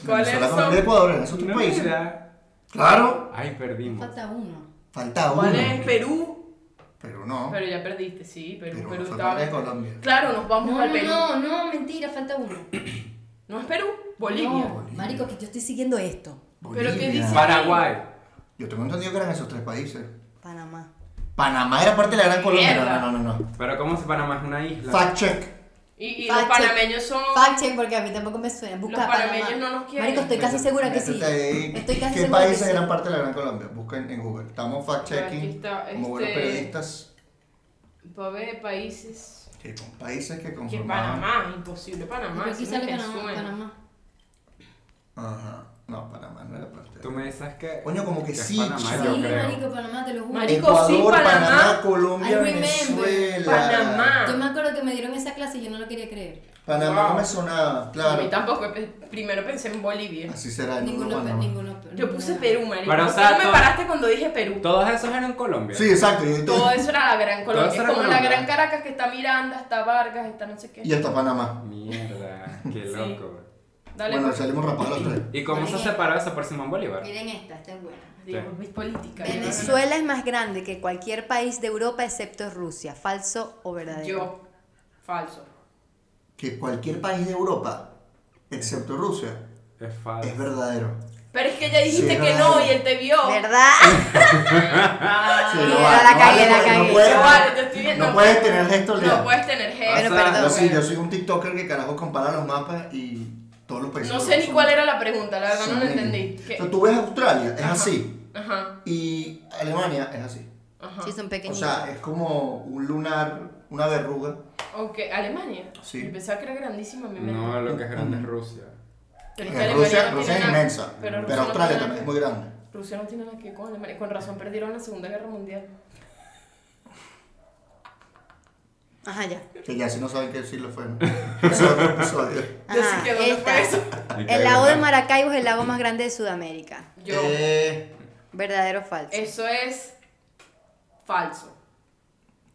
S1: ¿Cuáles
S4: Venezuela,
S1: son?
S4: Colombia y Ecuador, ¿no es otro
S3: No,
S4: país?
S3: mira.
S4: Claro.
S3: Ay, perdimos.
S5: Falta uno.
S4: Falta uno.
S1: ¿Cuál es Perú?
S4: Pero no.
S1: Pero ya perdiste, sí, Perú,
S4: Perú,
S1: Perú
S4: falta
S1: estaba-
S4: de Colombia.
S1: Claro, nos vamos
S5: No,
S1: al
S5: no,
S1: Perú.
S5: no, no, mentira, falta uno.
S1: ¿No es Perú? Bolivia.
S5: No, marico, que yo estoy siguiendo esto.
S1: ¿Pero qué
S4: Bolivia.
S1: dice?
S3: Paraguay.
S4: Yo tengo entendido que eran esos tres países.
S5: Panamá.
S4: Panamá era parte de la Gran Colombia.
S1: Mierda.
S4: No, no, no, no.
S3: Pero ¿cómo se Panamá es una isla?
S4: Fact check.
S1: Y, y los
S5: Fact check.
S1: panameños son.
S5: Fact check, porque a mí tampoco me suena. Busca
S1: Los
S5: Panamá.
S1: panameños no nos quieren.
S5: Marico, estoy casi segura que sí.
S4: Métete ahí.
S5: Estoy casi
S4: Este, ¿Qué
S5: segura que
S4: países
S5: sí.
S4: eran parte de la Gran Colombia? Busquen en Google. Estamos fact
S1: Aquí
S4: checking.
S1: está,
S4: Como buenos
S1: este-
S4: periodistas.
S1: Pa' ver países.
S4: Que con países que
S1: Que
S4: conformaban.
S1: Panamá, imposible Panamá.
S5: Aquí
S1: eso
S5: sale
S1: ni me
S5: Panamá,
S1: suena.
S5: Panamá.
S4: Ajá. No, Panamá no era parte.
S3: Tú me dices que.
S4: Coño, como que
S3: es
S4: sí,
S3: Panamá,
S4: chico.
S3: yo
S5: sí,
S3: creo.
S5: marico, Panamá, te lo juro.
S1: Marico, sí,
S4: Ecuador,
S1: Panamá.
S4: Colombia,
S5: I remember.
S4: Venezuela.
S1: Panamá.
S5: Yo me acuerdo que me dieron esa clase y yo no lo quería creer.
S4: Panamá no
S1: Wow.
S4: me sonaba,
S1: A mí
S4: claro.
S1: tampoco. pe- Primero pensé en Bolivia.
S4: Así será en
S5: Ninguno,
S4: Europa,
S5: pe-
S4: ¿no?
S5: ninguno. pe-
S1: Yo puse
S5: ninguno.
S1: Perú, marico.
S3: Pero, o
S1: ¿Por qué
S3: sea,
S1: no me
S3: todo-
S1: paraste cuando dije Perú?
S3: Todos esos eran Colombia.
S4: Sí, exacto. Y,
S1: Todo eso era la Gran Colombia.
S3: eso
S1: Es
S3: era
S1: como la
S3: Colombia.
S1: Gran Caracas que está Miranda, está Vargas, está no sé qué.
S4: y hasta Panamá.
S3: Ah, Mierda, qué
S1: Sí.
S3: loco.
S1: Dale.
S4: bueno,
S1: pues.
S4: salimos rapados los tres.
S3: ¿Y cómo se
S5: Marica.
S3: separó eso por Simón Bolívar?
S5: Miren esta, esta es buena.
S1: Digo, mis políticas.
S5: Venezuela es más grande que cualquier país de Europa excepto Rusia. ¿Falso o verdadero?
S1: Yo. Falso.
S4: Que cualquier país de Europa, excepto Rusia,
S3: Es
S4: es
S3: falso.
S4: verdadero.
S1: Pero es que ya dijiste
S4: Sí,
S1: que
S4: no.
S1: no y él te vio.
S5: ¿Verdad?
S4: Sí,
S5: mira, la cagué, la
S4: porque
S5: cagué.
S4: puedes-
S1: No vale, te estoy viendo.
S4: no puedes tener gestos
S1: No
S4: liados.
S1: puedes tener jefe.
S5: Bueno, perdón,
S4: Ah, Yo sí,
S1: güey.
S4: yo soy un TikToker que carajo compara los mapas y todos los países.
S1: No sé ni
S4: son-
S1: cuál era la pregunta, la verdad no
S4: son
S1: la
S4: mismos.
S1: entendí.
S4: O
S1: ¿Qué?
S4: sea, tú ves Australia, es
S1: Ajá.
S4: así.
S1: Ajá,
S4: Y Alemania es así.
S1: ajá.
S5: Sí, son
S4: O
S5: pequeñitos.
S4: sea, es como un lunar, una verruga.
S1: Ok, Alemania.
S4: Sí.
S1: Yo pensaba que era grandísima mi mente.
S3: No, lo que es grande es Rusia.
S1: Pero es que
S4: Eh,
S1: Alemania
S4: Rusia,
S1: no tiene
S4: Rusia es
S1: nada-
S4: inmensa, pero,
S1: Rusia no
S4: Australia
S1: tiene
S4: también es
S1: nada-
S4: muy grande.
S1: Rusia no tiene nada que ver con Alemania. Con razón perdieron la Segunda Guerra Mundial.
S5: Ajá, ya.
S4: Que ya si no saben qué decirle fue. ¿no? Ese es otro episodio.
S1: Yo sí
S5: Ajá,
S1: que ¿dónde
S5: esta.
S1: fue eso?
S3: Increíble,
S5: El lago de
S3: ¿no?
S5: Maracaibo es el lago más grande de Sudamérica.
S1: Yo,
S4: Eh,
S5: ¿Verdadero o falso?
S1: eso es falso.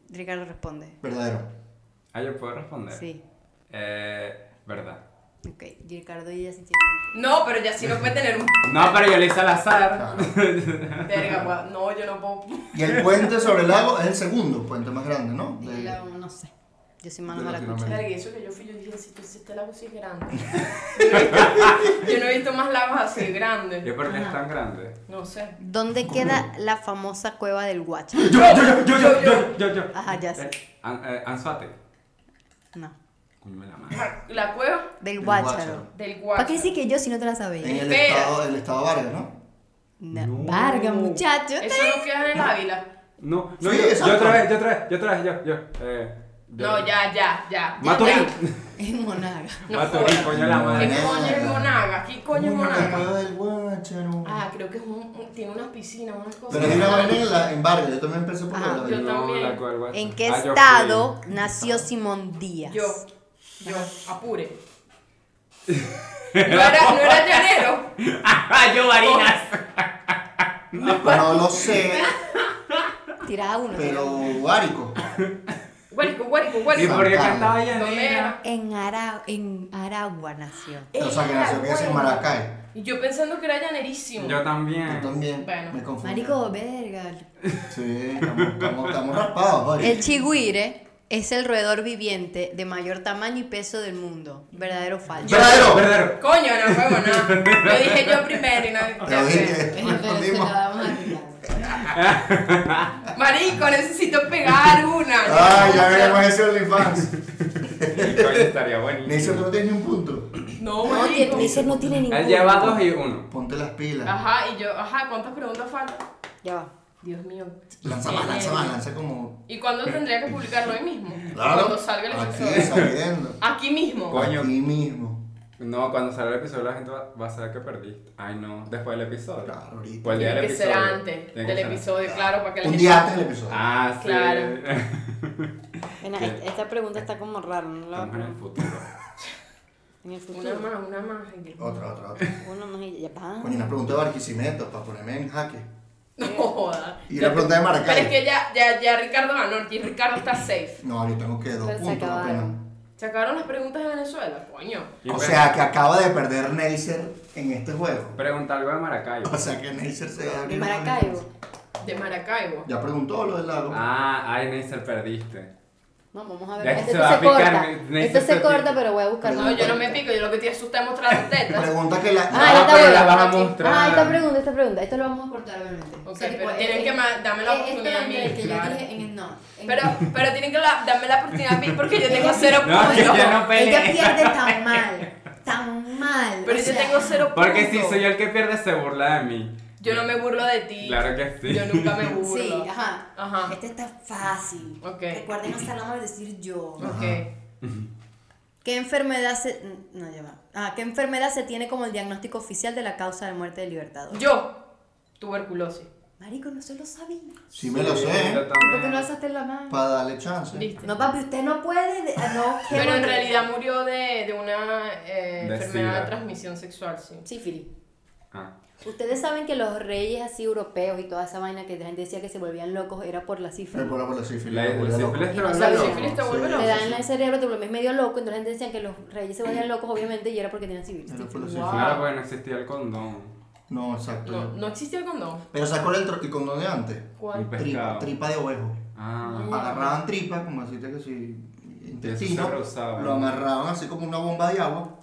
S5: Ricardo responde.
S4: verdadero.
S3: Ah, yo puedo responder.
S5: Sí.
S3: Eh, verdad.
S5: Ok. Ricardo y ella sí tienen.
S1: No, pero ya sí no puede tener un...
S3: No, pero yo le hice al
S4: Ah.
S3: azar.
S1: Verga, gua- no, yo no puedo...
S4: Y el puente sobre el lago es el segundo puente más grande, ¿no? De-
S5: El lago, no sé. Yo soy mano
S4: de
S5: de la cucha.
S4: Latinoamérica.
S1: Verga, y eso que yo fui, yo dije, si tú hiciste lago así grande. Yo no he visto- yo no he visto más lagos así
S3: ¿Y
S1: grandes.
S3: por qué es tan grande?
S1: No sé.
S5: ¿Dónde queda la famosa cueva del Guacha?
S3: Yo, yo, yo, yo, yo, yo, yo.
S5: Ajá, ya sé.
S3: Eh, An- eh, Anzuate.
S5: No.
S3: Coño, me la madre.
S1: La cueva
S5: Del
S4: Del Guácharo.
S5: Guácharo.
S1: del
S5: ¿Para
S1: Guacho.
S5: qué decir que yo si no te la sabía?
S4: En el
S1: Espera.
S4: estado, el estado Vargas, ¿no?
S5: No.
S3: Eh, No.
S5: Vargas, muchacho.
S1: Eso no queda en el Ávila.
S3: No, no,
S4: Sí,
S3: yo, yo
S4: exacto.
S3: otra vez, yo otra vez, yo otra vez, yo, yo. Eh, yo.
S1: No, ya, ya, ya.
S3: Maturín.
S5: En Monaga.
S1: No
S3: Maturín,
S1: jodas.
S3: coño, la
S1: ¿Qué
S3: madre.
S1: coño es Monaga? ¿Qué coño es
S4: Uy, La cueva
S1: Monaga?
S4: del Guácharo.
S1: Ah, creo que es un, un- tiene unas piscinas, unas cosas.
S4: Pero hay una vaina en, la- en Vargas, yo también empecé por
S5: Ajá.
S4: la
S1: Ah, Yo
S4: del
S3: No,
S1: también.
S3: la cuerva.
S5: ¿En qué
S3: Ah, yo fui.
S5: estado nació Simón Díaz?
S1: Yo, yo, apure. ¿No era, no era llanero?
S3: Ah, yo varinas.
S4: No lo sé,
S5: Tiraba uno.
S4: pero
S5: tiraba uno.
S4: Várico.
S1: Huérico, huérico,
S3: ¿Y
S1: huérico.
S3: por qué cantaba
S1: ¿Dónde
S3: llanera?
S1: era?
S5: En, Ara- en Aragua nació.
S1: Eh,
S4: O sea, que nació que es en Maracay.
S1: Y yo pensando que era llanerísimo.
S3: Yo
S4: Yo
S3: también.
S4: también
S1: Bueno.
S4: me confundí.
S5: Marico, verga.
S4: Sí, estamos, estamos, estamos raspados, Vargas.
S5: El chigüire es el roedor viviente de mayor tamaño y peso del mundo. ¿Verdadero o falso?
S4: ¡Verdadero!
S3: Verdadero.
S1: Coño, no juego nada. Lo dije yo primero y nadie
S4: Pero
S1: te
S4: dije, respondimos.
S1: Marico, necesito pegar una.
S4: Ay, ya veremos ese OnlyFans.
S3: Coño, estaría
S4: Neisser, tú
S3: buenísimo.
S4: no tienes ni un punto.
S1: No,
S2: No,
S1: marico.
S2: Nisor no tiene ningún.
S3: Él lleva dos y uno.
S4: Ponte las pilas.
S1: Ajá, y yo, ajá, ¿cuántas preguntas faltan?
S5: Ya va.
S1: Dios mío.
S4: Lanza más,
S1: Eh,
S4: lanza más, lanza como.
S1: ¿Y cuándo tendría que publicarlo hoy mismo?
S4: Claro.
S1: Cuando salga el
S4: Aquí,
S1: episodio.
S4: saliendo.
S1: Aquí mismo.
S3: Coño.
S4: Aquí mismo.
S3: No, cuando salga el episodio la gente va, va a saber que perdiste. Ay, no, después del episodio.
S4: Claro, ahorita.
S3: O el día
S1: Tiene
S3: del
S1: que ser
S3: episodio.
S1: antes
S3: Tiene que
S1: del
S3: ser antes.
S1: episodio, claro, para que la
S4: Un
S1: gente.
S4: día antes del episodio.
S3: Ah, sí.
S1: Claro.
S5: Mira, e-,
S3: ¿Qué?
S5: esta- esta pregunta está como rara, no la
S3: Estamos en
S1: Una
S3: el futuro.
S5: voy en el futuro.
S1: más, una más. ay, Dios mío.
S4: Otra, otra, otra.
S5: Una más y ya va.
S4: Coño, una pregunta de Barquisimeto para ponerme en jaque.
S1: No joda.
S4: Y una pregunta de Maracay.
S1: Pero es que ya, ya, ya Ricardo ganó y Ricardo está safe.
S4: No, yo tengo que dos
S5: Pero se
S4: puntos apenas.
S5: acabaron.
S1: Se acabaron las preguntas de Venezuela, coño.
S3: Y
S4: O
S3: pre-
S4: sea, que acaba de perder Neisser en este juego.
S3: Pregunta algo de Maracaibo.
S4: O sea, que Neisser se va a
S5: De
S4: abrir un
S5: Maracaibo.
S4: OnlyFans.
S1: De Maracaibo.
S4: Ya preguntó lo del lago.
S3: Ah, ay, Neisser, perdiste.
S5: No, vamos a
S3: Ya
S5: ver.
S3: que
S5: Esto
S3: se
S5: se,
S3: va a picar,
S5: corta.
S3: ne-
S5: Esto
S3: necesito-
S5: se corta, pero voy a buscar
S1: No,
S5: más.
S1: yo no me pico, yo lo que te asusta es mostrar las tetas.
S4: Pregunta que la.
S5: Ah,
S3: No,
S5: ya está
S3: pero
S5: buena.
S3: la vas a mostrar.
S5: Ah, esta pregunta, esta pregunta. Esto lo vamos a cortar, obviamente.
S1: Ok,
S5: O sea, tipo,
S1: pero
S5: eh,
S1: tienen
S5: eh,
S1: que ma- dame la
S5: eh,
S1: oportunidad a mí.
S5: Esta es la que yo
S1: Claro.
S5: dije en el no. en
S1: Pero,
S5: el-
S1: pero tienen que la- darme la oportunidad a mí porque yo tengo cero
S3: No, que
S1: puntos.
S3: ya no
S5: Ella
S3: peleé.
S5: pierde tan mal. Tan mal.
S1: Pero
S5: o
S1: yo
S5: sea,
S1: tengo cero puntos.
S3: Porque si soy yo el que pierde, se burla de mí.
S1: Yo no me burlo de ti.
S3: Claro que sí.
S1: Yo nunca me burlo.
S5: Sí, ajá.
S1: Ajá.
S5: Este está fácil.
S1: Ah. Ok.
S5: Recuerden hasta la madre decir yo.
S1: Ok.
S5: ¿Qué enfermedad se. No, ya va. Ah, ¿qué enfermedad se tiene como el diagnóstico oficial de la causa de muerte del libertador?
S1: Yo, tuberculosis.
S5: Marico, no se lo sabía.
S4: Sí me lo sé,
S3: yo
S4: ¿eh?
S3: también.
S5: ¿Por qué no alzaste la mano?
S4: Para darle chance.
S1: ¿Viste?
S5: No, papi, usted no puede. de- ah, No, qué
S1: Pero en
S5: bueno.
S1: realidad murió de, de una eh,
S3: De
S1: enfermedad
S3: sida.
S1: de transmisión sexual, sí.
S5: Sífilis.
S3: Ah,
S5: Ustedes saben que los reyes así europeos y toda esa vaina que la gente decía que se volvían locos era por la
S4: Me
S5: sífilis.
S4: por la sífilis.
S3: la
S4: me
S3: la
S4: volvió
S3: sífilis te
S5: loco.
S3: vuelve
S5: La
S3: loco.
S1: sífilis te vuelve
S4: Sí.
S5: Te
S1: loco.
S5: dan en el cerebro, te volvías medio loco, entonces la gente decía que los reyes se volvían locos obviamente y era porque tenían sífilis.
S4: Era por la
S1: Wow.
S4: sífilis.
S3: Claro, porque no Ah, existía el condón.
S4: No, exacto.
S1: No,
S3: Mm.
S1: no existía el condón.
S4: Pero sacó el, tro- el condón de antes.
S3: Un
S1: ¿Cuál?
S4: Tripa,
S3: pescado.
S4: tripa de ovejo.
S3: Ah,
S4: Agarraban tripa, como así que si intestino,
S3: se rozaba.
S4: lo amarraban así como una bomba de agua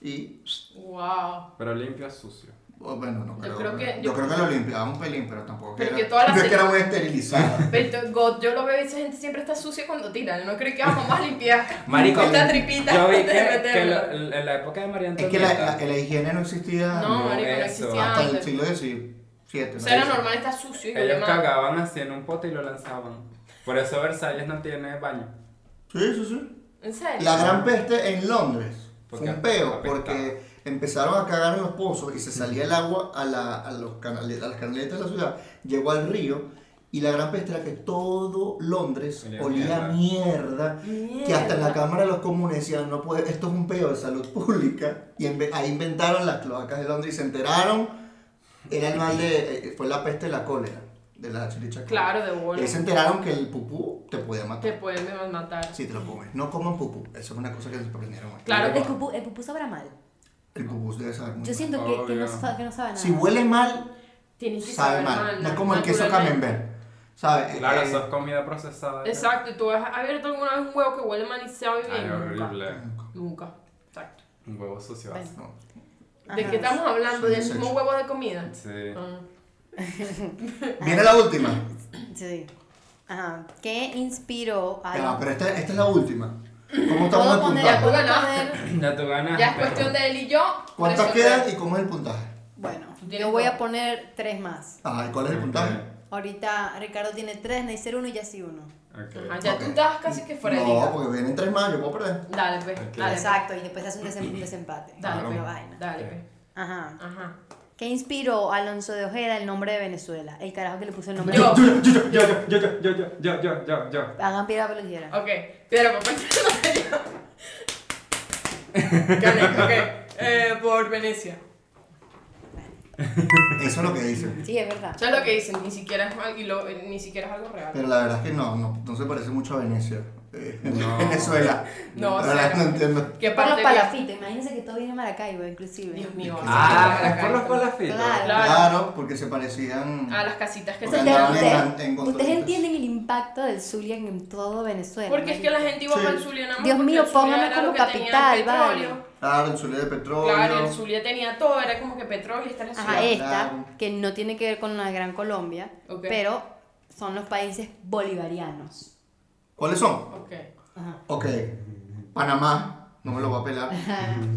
S4: y
S1: Wow.
S3: pero limpio, sucio.
S4: oh, bueno, no
S1: Yo
S4: creo,
S1: creo que-
S4: yo,
S1: yo-
S4: creo que lo limpiaban un pelín, pero tampoco
S1: Pero
S4: era,
S1: que todas las
S4: no es que
S1: se-
S4: era muy esterilizada.
S1: Pero God, yo lo veo y esa gente siempre está sucia cuando tiran. No creo que vamos más a limpiar
S3: Marico,
S1: esta tripita
S3: yo vi que,
S1: antes de
S3: que
S1: meterlo.
S3: la- en la época de María
S4: es que
S3: Antonieta...
S4: la, la- la higiene no existía
S1: No, marico, no
S3: eso.
S1: existía
S4: hasta el
S1: antes.
S4: siglo XVII.
S1: O sea, era normal estar sucio y huele
S3: Ellos
S1: mal.
S3: cagaban así en un pote y lo lanzaban. Por eso Versalles no tiene baño.
S4: Sí, sí, sí.
S1: ¿En serio?
S4: La gran peste en Londres.
S3: ¿Por
S4: fue
S3: qué?
S4: un peo,
S3: Apestaba.
S4: porque empezaron a cagar en los pozos y se salía el agua a, la- a los canale- a las canaletas de la ciudad, llegó al río y la gran peste era que todo Londres
S3: Olía a
S4: olía a mierda, que hasta en la Cámara de los Comunes decían, no puede, esto es un peo de salud pública, y en vez- ahí inventaron las cloacas de Londres y se enteraron, era el mal de, eh, fue la peste de la cólera, de la chilicha.
S1: Claro, de
S4: Y
S1: bola.
S4: ahí se enteraron que el pupú te podía matar.
S1: Te pueden matar.
S4: Sí, te lo comes. No coman pupú. Eso es una cosa que se aprendieron hoy.
S1: Claro.
S5: El pupú, el pupú sabrá mal.
S4: El pupú debe saber muy
S5: Yo
S4: mal.
S5: siento que, que, no,
S3: Obvio.
S5: sa- que no sabe nada.
S4: Si huele mal,
S1: Tienes que saber
S4: sabe mal. No es como el queso
S1: naturalmente.
S4: camembert. ¿Sabes?
S3: Claro,
S4: Eh,
S3: eso es comida procesada. ya.
S1: Exacto, y tú has abierto alguna vez un huevo que huele mal y sabe bien.
S3: Ay,
S1: Nunca.
S3: Ah, horrible.
S1: Nunca. Exacto.
S3: Un huevo sucio.
S5: Ven.
S4: no.
S1: ¿De
S5: Ajá.
S1: qué estamos hablando?
S4: Sí,
S1: ¿Del
S4: sí,
S1: mismo
S4: sí.
S1: huevo de comida?
S3: Sí.
S1: Ah.
S4: Viene la última.
S5: Sí. Ajá. ¿Qué inspiró a
S4: Ya va,
S5: la...
S4: pero esta, esta es la última. ¿Cómo estamos de
S5: ¿Puedo poner,
S1: Ya
S4: puntaje?
S1: tú
S5: ¿puedo
S1: ganaste.
S5: poner-
S3: Ya tú ganas.
S1: Ya es cuestión de él y yo.
S4: ¿Cuántas
S1: resolver.
S4: quedan y cómo es el puntaje?
S5: Bueno,
S1: tienes
S5: yo voy
S1: dos.
S5: a poner tres más.
S4: Ajá, ¿y cuál es el puntaje?
S5: Ahorita Ricardo tiene tres, Neisser uno y Yassi uno.
S1: Ajá, ya
S4: Ok.
S1: tú estabas casi que fuera
S4: No, porque vienen tres más, yo puedo perder.
S1: Dale, pues.
S3: Ok.
S1: Dale,
S5: Exacto, y después hace un desem- un desempate.
S1: Dale,
S5: Una
S1: pues.
S5: vaina.
S1: Dale,
S3: Ok.
S1: pues.
S5: Ajá.
S1: Ajá.
S5: ¿Qué inspiró a Alonso de Ojeda el nombre de Venezuela? El carajo que le puso el nombre.
S1: Yo.
S3: Yo, yo, yo, yo, yo, yo, yo, yo, yo, yo, yo.
S5: Hagan piedra ligera.
S1: Ok. Pero papá, yo. Gané, ok. Eh, por Venecia.
S4: Eso es lo que dicen.
S5: Sí, es verdad.
S1: Eso es lo que dicen, ni siquiera es, al- y lo- eh, ni siquiera es algo real.
S4: Pero la verdad es que no, no, no se parece mucho a Venecia. Eh,
S3: No.
S4: Venezuela.
S1: No,
S4: La verdad
S1: cero.
S4: no entiendo.
S1: ¿Qué
S5: Por los
S1: parte viene?
S5: palafitos, imagínense que todo viene de Maracaibo, inclusive.
S1: Dios mío.
S3: Ah,
S1: ah,
S3: es por los palafitos.
S5: Claro.
S4: Claro, porque se parecían.
S1: A Ah, las casitas que
S4: O
S1: se
S4: sea,
S5: Ustedes,
S4: Andaban en-
S5: ustedes-
S4: en gondolitas.
S5: ustedes entienden el impacto del Zulia en todo Venezuela.
S1: Porque es que la gente iba
S4: Sí.
S1: para el Zulia nada más
S5: Dios
S1: porque
S5: mío,
S1: el Zulia
S5: póngame
S1: era lo
S5: como
S1: que tenía
S5: capital,
S1: el
S5: vale.
S1: petróleo.
S4: Claro, el Zulia de
S3: Oh,
S4: petróleo.
S1: Claro, el Zulia tenía todo, era como que petróleo y está la ciudad.
S5: Ajá, eh. esta,
S4: claro.
S5: que no tiene que ver con la Gran Colombia,
S1: Ok.
S5: pero son los países bolivarianos.
S4: ¿Cuáles son?
S1: Ok.
S5: Ajá.
S4: Ok, Panamá, no me lo va a pelar.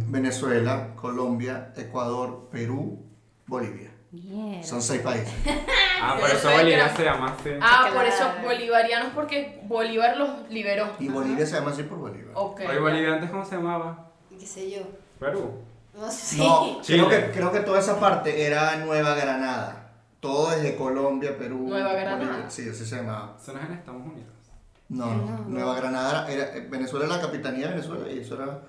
S4: Venezuela, Colombia, Ecuador, Perú, Bolivia.
S5: Mierda.
S4: Son seis países.
S3: Ah,
S1: Yo
S3: por
S1: no
S3: eso
S1: sabía que
S3: Bolivia
S1: era-
S3: se llama así.
S1: Ah,
S5: Claro.
S1: por eso bolivarianos, porque Bolívar los liberó.
S4: Y Bolivia se llama así por Bolivia.
S1: Ok.
S3: Oye, Bolivia antes cómo se llamaba?
S5: ¿Qué sé yo?
S3: Perú.
S5: No sé.
S4: No,
S3: Chile.
S4: creo que, creo que toda esa parte era Nueva Granada. Todo desde Colombia, Perú.
S1: Nueva Granada.
S4: Bolivia. Sí, así se llamaba.
S3: Eso no es en Estados Unidos.
S4: No, no, Nueva Granada era, era- eh, Venezuela era la capitanía de Venezuela y eso era.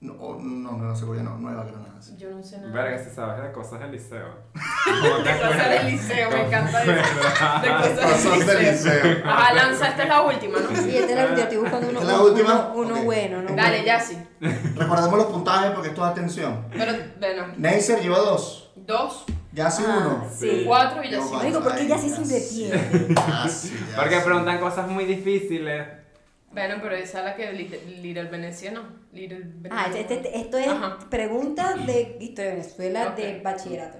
S4: No, o- no, Nueva Segovia, no, Nueva Granada. sí.
S1: Yo no sé nada.
S3: Verga, si sabes de cosas del liceo.
S1: De cosas del liceo, me encanta eso. De
S4: Cosas
S1: cosas
S4: del
S1: del
S4: liceo.
S1: liceo. Ajá, lanza, esta es la última, ¿no?
S2: Sí, esta este es la última, estoy buscando uno,
S4: ¿Esta es la
S2: uno-
S4: última?
S2: uno, uno
S4: Ok.
S2: bueno, ¿no?
S1: Dale, ya sí.
S4: Recordemos los puntajes porque esto es atención.
S1: Pero, bueno,
S4: Neisser lleva dos,
S1: dos,
S4: Yassi
S2: Ah,
S4: uno.
S2: Sí.
S1: cuatro y ya sí.
S2: Marico, ¿por qué ya sí siempre pierde?
S3: Porque preguntan cosas muy difíciles.
S1: Bueno, pero esa es la que Little, Little Venecia no. Little Venecia.
S2: Ah, este- este- esto es
S1: Ajá.
S2: pregunta de historia de Venezuela de
S1: Ok.
S2: bachillerato.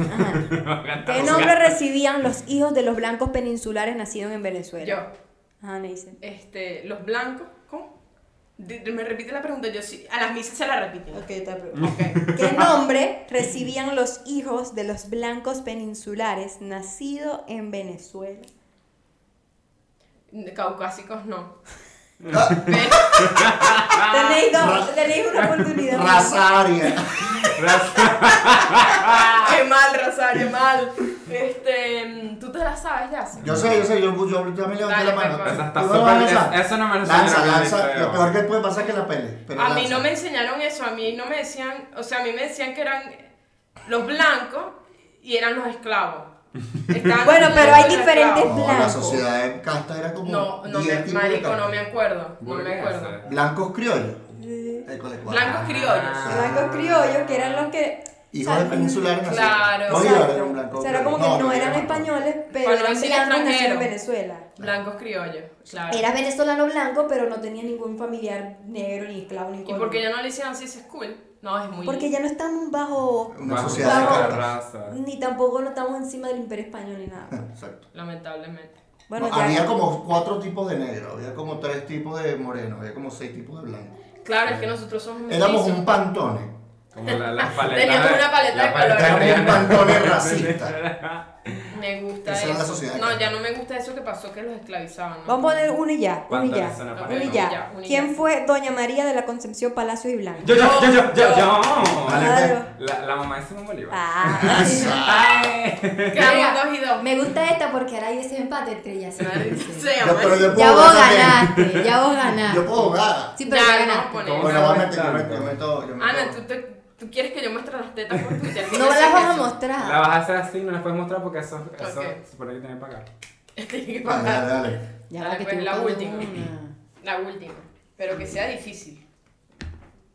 S2: Ajá. ¿Qué nombre recibían los hijos de los blancos peninsulares nacidos en Venezuela?
S1: Yo,
S2: Ajá, Neisen.
S1: este, los blancos, ¿cómo? Di- Me repite la pregunta, yo sí. A las misas se la repiten.
S2: Ok,
S1: Ok.
S2: te pregunto. ¿Qué nombre recibían los hijos de los blancos peninsulares nacidos en Venezuela?
S1: Caucásicos no.
S2: Tenéis, dos- tenéis una oportunidad.
S4: Razaria.
S1: ¡Qué mal, Rosario, mal! Este, mm, tú te la sabes ya. sí?
S4: Yo sé, yo sé, yo, yo, yo me levanté
S1: Dale, pues,
S4: la mano.
S1: Pepe.
S3: Esa está
S4: ¿Tú no la vas a
S3: súper-
S4: lanzar?
S3: es- eso no me lo
S4: Lanza,
S3: enseñaron en el
S4: lanza.
S3: liceo.
S4: Lo peor que puede pasar es que la pele. pero
S1: a
S4: lanza.
S1: mí no me enseñaron eso, a mí no me decían, o sea, a mí me decían que eran los blancos y eran los esclavos. Estaban
S2: Bueno, pero hay
S1: los
S2: diferentes
S1: esclavos.
S4: No, la
S2: blanco.
S4: sociedad de casta era como.
S1: No, no,
S4: 10
S1: me,
S4: tipos de
S1: marico,
S4: casta.
S1: no me acuerdo, no me
S3: Burguesa.
S1: acuerdo.
S4: Blancos criollos.
S2: Sí.
S4: Ahí con la cuadra.
S1: Blancos
S4: Ah.
S1: criollos.
S2: Blancos criollos, que eran los que.
S4: Hijos de
S2: ¿sabes?
S4: peninsulares nacidos.
S1: Claro.
S4: Bolívar era
S2: Exacto.
S4: un blanco.
S2: O sea, era como que
S4: criollo.
S2: no, eran
S4: no.
S2: españoles, pero
S1: Para no
S2: eran
S1: decir
S2: blancos nacidos en
S1: extranjero.
S2: Venezuela.
S1: Blancos criollos, claro.
S2: Era venezolano blanco, pero no tenía ningún familiar negro, ni esclavo, ni
S1: ¿Y
S2: color.
S1: por qué ya no le hicieron así ese school? No, es muy...
S2: Porque ya no estamos bajo,
S4: Una
S3: Bajo
S4: sociedad de
S2: bajo-
S3: la
S4: cartas.
S3: raza.
S2: ni tampoco no estamos encima del imperio español ni nada.
S4: Exacto.
S1: Lamentablemente.
S2: Bueno,
S4: No,
S2: ya.
S4: había como cuatro tipos de negro, había como tres tipos de moreno, había como seis tipos de blanco.
S2: Mm.
S1: Claro, es que nosotros somos
S4: Éramos
S1: mestizos.
S4: un pantone.
S3: Como la, las paletas.
S1: Teníamos
S3: de-
S1: una paleta
S3: la
S1: de
S3: paleta
S4: colores.
S3: Rihanna.
S4: Un pantone racista.
S1: Me gusta
S4: Esa
S1: eso.
S4: es la sociedad.
S1: No, ya no me gusta eso que pasó que los esclavizaban. ¿no?
S2: Vamos a poner una y ya, una y
S3: ¿Cuántas
S2: ya,
S3: personas
S2: una
S3: ponen?
S2: y
S1: Ya,
S2: ya.
S1: una y ya.
S2: ¿Quién fue Doña María de la Concepción Palacios y Blanco?
S3: Yo, yo, yo, yo, yo, yo.
S4: Vale.
S2: Claro.
S3: La, la mamá de Simón Bolívar.
S2: Ah,
S3: Ay.
S1: Quedamos dos y dos.
S5: Me gusta esta porque ahora hay ese empate entre ellas.
S1: Se
S4: Yo- pero yo
S5: Ya
S4: puedo
S5: vos
S4: ganar también.
S5: ganaste, ya vos ganaste.
S4: Yo puedo jugar.
S5: Sí, pero ya ganaste.
S3: poner.
S4: Bueno, voy a meter, yo
S3: Tanto.
S4: meto, yo meto,
S2: Ah,
S4: yo meto.
S1: Ana, Ah, ¿tú, te, tú quieres que yo muestre las tetas por Twitter.
S5: No las vas a mostrar.
S3: La vas a hacer así, no la puedes mostrar porque eso, eso
S1: Ok.
S3: por ahí tiene que pagar.
S1: Tiene Este, que
S4: Dale,
S1: pagar.
S4: dale, dale.
S5: Ah, Ya
S1: Dale,
S5: va, que
S1: pues,
S5: estoy
S1: la
S5: buscando
S1: última.
S5: una.
S1: La última. Pero que sea difícil.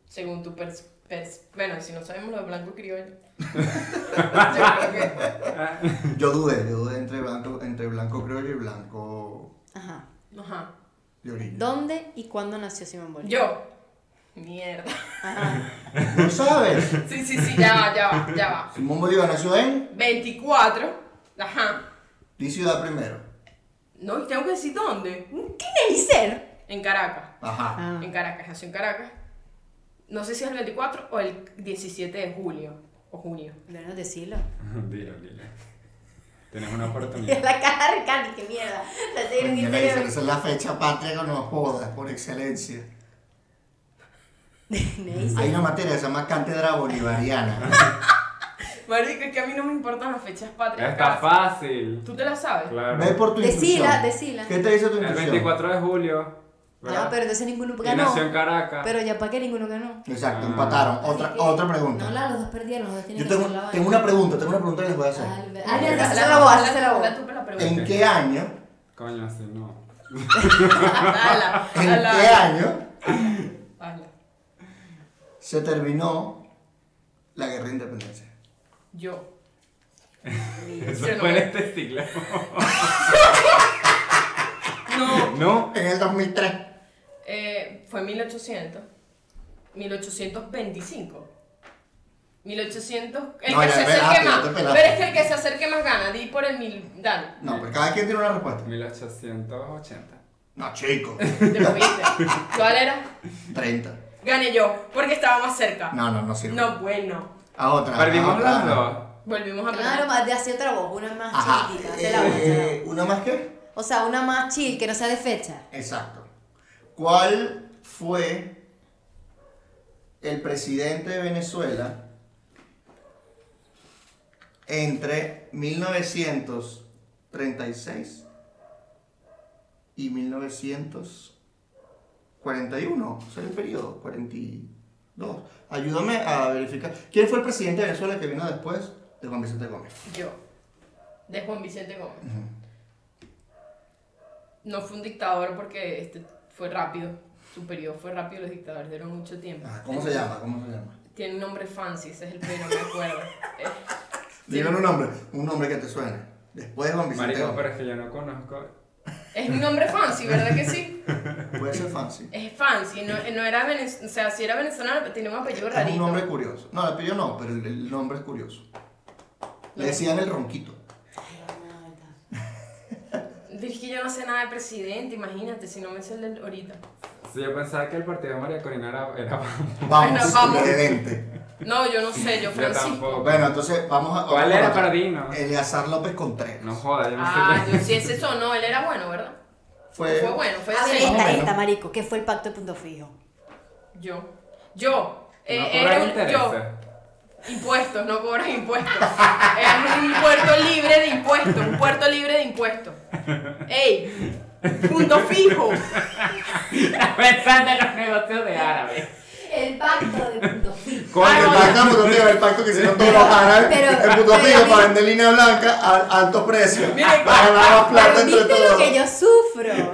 S1: Según tu pers... pers- bueno, si no sabemos lo de blanco criollo. yo creo que...
S4: Yo dudé, yo dudé entre blanco, entre blanco criollo y blanco
S5: Ajá.
S1: Ajá.
S4: de orilla.
S5: ¿Dónde y cuándo nació Simón Bolívar?
S1: Yo. Mierda.
S5: Ajá.
S4: ¿No sabes?
S1: Sí, sí, sí, ya va, ya va, ya va.
S4: Simón Bolívar nació en
S1: 24. Ajá.
S4: Di Ciudad primero.
S1: No, y tengo que decir dónde. Uh,
S2: ¿Qué debe ser?
S1: En Caracas.
S4: Ajá.
S5: Ah.
S1: En Caracas, nació en Caracas. No sé si es el 24 o el 17 de julio. O junio.
S5: Bueno, decilo.
S3: Dilo, dilo. Tienes una oportunidad.
S5: La cara de Cali, qué mierda. La Ah, serie
S4: Mira,
S5: interior.
S4: Esa esa es la fecha patria que nos jodas, por excelencia.
S5: Neisser.
S4: Hay una materia que se llama cátedra bolivariana.
S1: Marico, es que a mí no me importan las fechas patrias.
S3: Está fácil.
S1: ¿Tú te las sabes?
S4: Ve
S3: Claro.
S4: por tu
S5: Decila,
S4: intuición.
S5: decila.
S4: ¿Qué te dice tu
S3: El
S4: intuición?
S3: 24 de julio.
S5: Ah,
S3: ¿verdad?
S5: pero entonces ninguno
S3: Y
S5: ganó.
S3: nació en Caracas.
S5: Pero ya para qué ninguno ganó.
S4: Exacto,
S3: Ah.
S4: empataron. Otra,
S5: Así que-
S4: otra pregunta.
S5: No, la, los dos perdieron, los dos tienen
S4: Yo
S5: que
S4: tengo,
S5: hacer la vaina.
S4: tengo una pregunta, tengo una pregunta que les voy a hacer.
S5: Al- Ah, ya, hazla la voz, hazla la voz.
S1: Hazla tú para la pregunta.
S4: ¿En qué año?
S3: Coño, así no.
S1: Hazla,
S4: ¿En
S1: hazla,
S4: qué año
S1: hazla.
S4: se terminó la guerra de independencia?
S1: Yo.
S3: Eso
S1: Yo no
S3: fue en
S1: voy.
S3: este siglo.
S1: No.
S3: No.
S4: En el 2003.
S1: Eh, fue 1800. 1825. 1800. El
S4: No,
S1: que
S4: ya,
S1: se
S4: ve,
S1: acerque
S4: ah,
S1: más.
S4: pero te
S1: Pero
S4: pelaste.
S1: es que el que se acerque más gana. Di por el mil. Dale.
S4: No, pero cada quien tiene una respuesta.
S3: 1880.
S4: No, chico.
S1: Te fuiste. ¿Cuál era?
S4: 30.
S1: Gané yo. Porque estaba más cerca.
S4: No, no, no sirve.
S1: No, bueno.
S4: A otra. a
S3: Perdimos
S4: otra.
S3: las dos.
S4: ah,
S1: Volvimos a
S5: Claro,
S1: pelear.
S5: más de así otra voz, una más
S4: Ajá.
S5: chiquita. hazla Ah, la voz, hazla la voz.
S4: Eh, ¿Una más qué?
S5: O sea, una más chill, que no sea de fecha.
S4: Exacto. ¿Cuál fue el presidente de Venezuela entre 1936 y 1941? ¿Será el periodo? 42. Ayúdame a verificar. ¿Quién fue el presidente de Venezuela que vino después de Juan Vicente Gómez?
S1: Yo. De Juan Vicente Gómez. No fue un dictador porque este fue rápido. Su periodo fue rápido. Los dictadores dieron mucho tiempo.
S4: Ah, ¿Cómo se llama? ¿Cómo se llama?
S1: Tiene un nombre fancy. Ese es el primero, me acuerdo. Eh,
S4: Dígame un nombre, un nombre que te suene. Después de Juan Vicente
S3: Marico,
S4: Gómez.
S3: pero es que yo no conozco.
S1: Es un nombre fancy, ¿verdad que sí?
S4: Puede ser fancy.
S1: Es fancy. No, no era venez- O sea, si era venezolano, pero tenía un apellido
S4: Es un
S1: rarito.
S4: nombre curioso. No, el apellido no, pero el, el nombre es curioso. Le decían el ronquito.
S1: Es que yo no sé nada de presidente. Imagínate, si no me sale el- ahorita.
S3: Si yo pensaba que el partido de María Corina era, era
S4: Vamos,
S1: Bueno, vamos.
S4: Benedente.
S1: No, yo no sé. Yo,
S3: Yo
S1: Francisco.
S3: tampoco.
S4: Bueno, entonces vamos a.
S3: ¿Cuál era
S4: para
S3: Pardino?
S4: Eleazar López Contreras.
S3: No joda, yo no
S1: Ah,
S3: sé
S1: yo sí, ese sonó, él era bueno, ¿verdad?
S4: Fue. Ah,
S1: Fue bueno, fue
S5: A ver,
S1: decente.
S4: Más o
S5: Ah, esta,
S4: menos.
S5: esta, marico, que fue el pacto de punto fijo.
S1: Yo, yo,
S3: qué. No
S1: eh,
S3: cobrar
S1: era un, yo,
S3: intereses.
S1: impuestos, no cobras impuestos. es un puerto libre de impuestos, un puerto libre de impuestos. ¡Ey! Punto fijo.
S3: Pensando en los negocios de árabes.
S5: El pacto de punto fijo.
S4: Con el
S1: Ah,
S4: pacto, de Punto Fijo, el pacto que hicieron todos los árabes
S5: Pero-
S4: en Punto
S5: pero
S4: Fijo
S5: a mí-
S4: para vender línea blanca a altos precios.
S1: Miren,
S4: Para ganar más plata
S5: Pero
S4: entre
S5: viste lo
S4: todos.
S5: que yo sufro.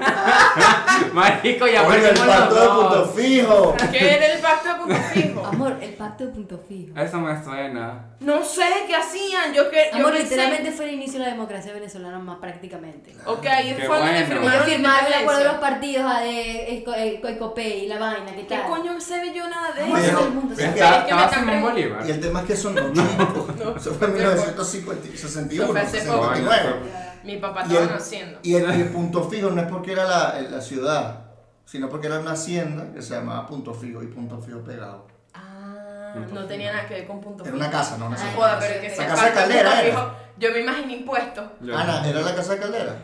S3: Marico, ya
S4: Oye, el
S3: perdimos los
S4: pacto de Punto
S3: dos.
S4: Fijo.
S1: ¿Qué era el pacto de punto fijo?
S5: Amor, el pacto de punto fijo.
S3: Eso me suena.
S1: No sé qué hacían, yo que yo
S5: Amor,
S1: pensé-
S5: literalmente fue el inicio de la democracia venezolana más prácticamente.
S1: Ok, ahí
S3: Qué
S1: fue donde
S3: bueno.
S1: firmaron,
S5: Ellos
S1: la
S5: firmaron el acuerdo de los
S1: independencia.
S5: partidos ah, de Esco- eh, Coicopé y la vaina, ¿qué
S1: ¿Qué
S5: tal?
S1: coño sé yo nada de
S5: Amor,
S4: Bueno,
S1: eso?
S5: todo el mundo
S4: ven
S5: sabe.
S3: Estaba
S4: acá.
S1: es que me
S3: estaba
S1: están
S3: Simón
S1: pregun-
S3: Bolívar.
S4: Y el tema es que son los chicos. Eso fue en
S1: Eso
S4: 1961,
S1: fue hace poco.
S4: 59.
S1: Mi papá
S4: Y
S1: estaba
S4: el,
S1: naciendo.
S4: y el- y el punto fijo no es porque era la, eh, la ciudad, sino porque era una hacienda que se llamaba Punto Fijo y Punto Fijo pegado.
S1: Ah, no tenía nada que ver con punto
S4: Era
S1: fijo.
S4: una casa, no una
S5: Ay,
S1: Joda,
S4: casa.
S1: pero que
S5: La
S1: sea
S4: casa
S1: parte
S4: de Caldera
S1: punto
S4: era.
S1: fijo, Yo me imagino impuestos.
S3: Yo-
S4: Ana, Ah, ¿era la casa de Caldera?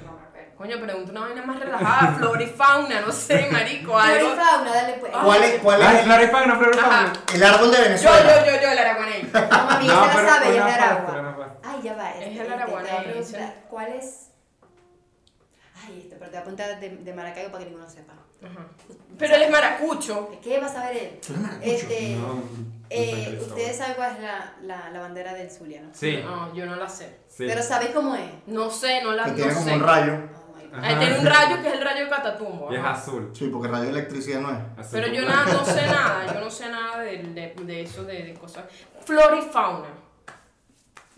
S1: Coño, pregunta una vaina más relajada, flora y fauna, no sé, marico, algo.
S5: fauna, dale pues.
S4: ¿Cuál es, cuál
S3: Ah,
S4: es
S3: es
S4: el,
S3: flora y fauna, flora y
S1: Ajá.
S3: fauna.
S4: el árbol de
S1: Yo,
S4: Venezuela?
S1: yo, yo, yo, el araguaney.
S5: No, mami,
S3: No,
S5: ella se
S3: pero
S5: la sabe,
S3: con
S5: ella es de
S3: una
S5: Aragua.
S3: parte, una parte.
S5: Ay, ya va.
S1: Es
S5: este,
S1: el
S5: este,
S1: Aragua,
S5: te
S1: la
S5: voy a
S1: producción.
S5: preguntar, ¿Cuál es? Ay, este, pero te voy a apuntar de, de Maracaibo para que ninguno sepa.
S1: Ajá. Pero él es maracucho.
S5: ¿Qué va a saber él?
S4: ¿Tú eres maracucho?
S5: Este,
S3: No, de San
S5: eh,
S3: Cristóbal.
S5: ustedes saben cuál es la, la, la bandera del Zulia, ¿no?
S3: Sí,
S1: No, yo no la sé.
S3: sí.
S5: Pero ¿sabes cómo es?
S1: No sé, no la
S4: Que
S1: no
S4: tiene como
S1: sé.
S4: un rayo.
S5: Oh, my God.
S1: Ah, tiene un rayo que es el rayo de Catatumbo.
S3: Y es
S1: ajá.
S3: azul.
S4: Sí, porque radio electricidad no es.
S3: Azul
S1: Pero yo
S3: como-
S1: nada, no sé nada, yo no sé nada de, de, de eso, de, de cosas. Flora y fauna,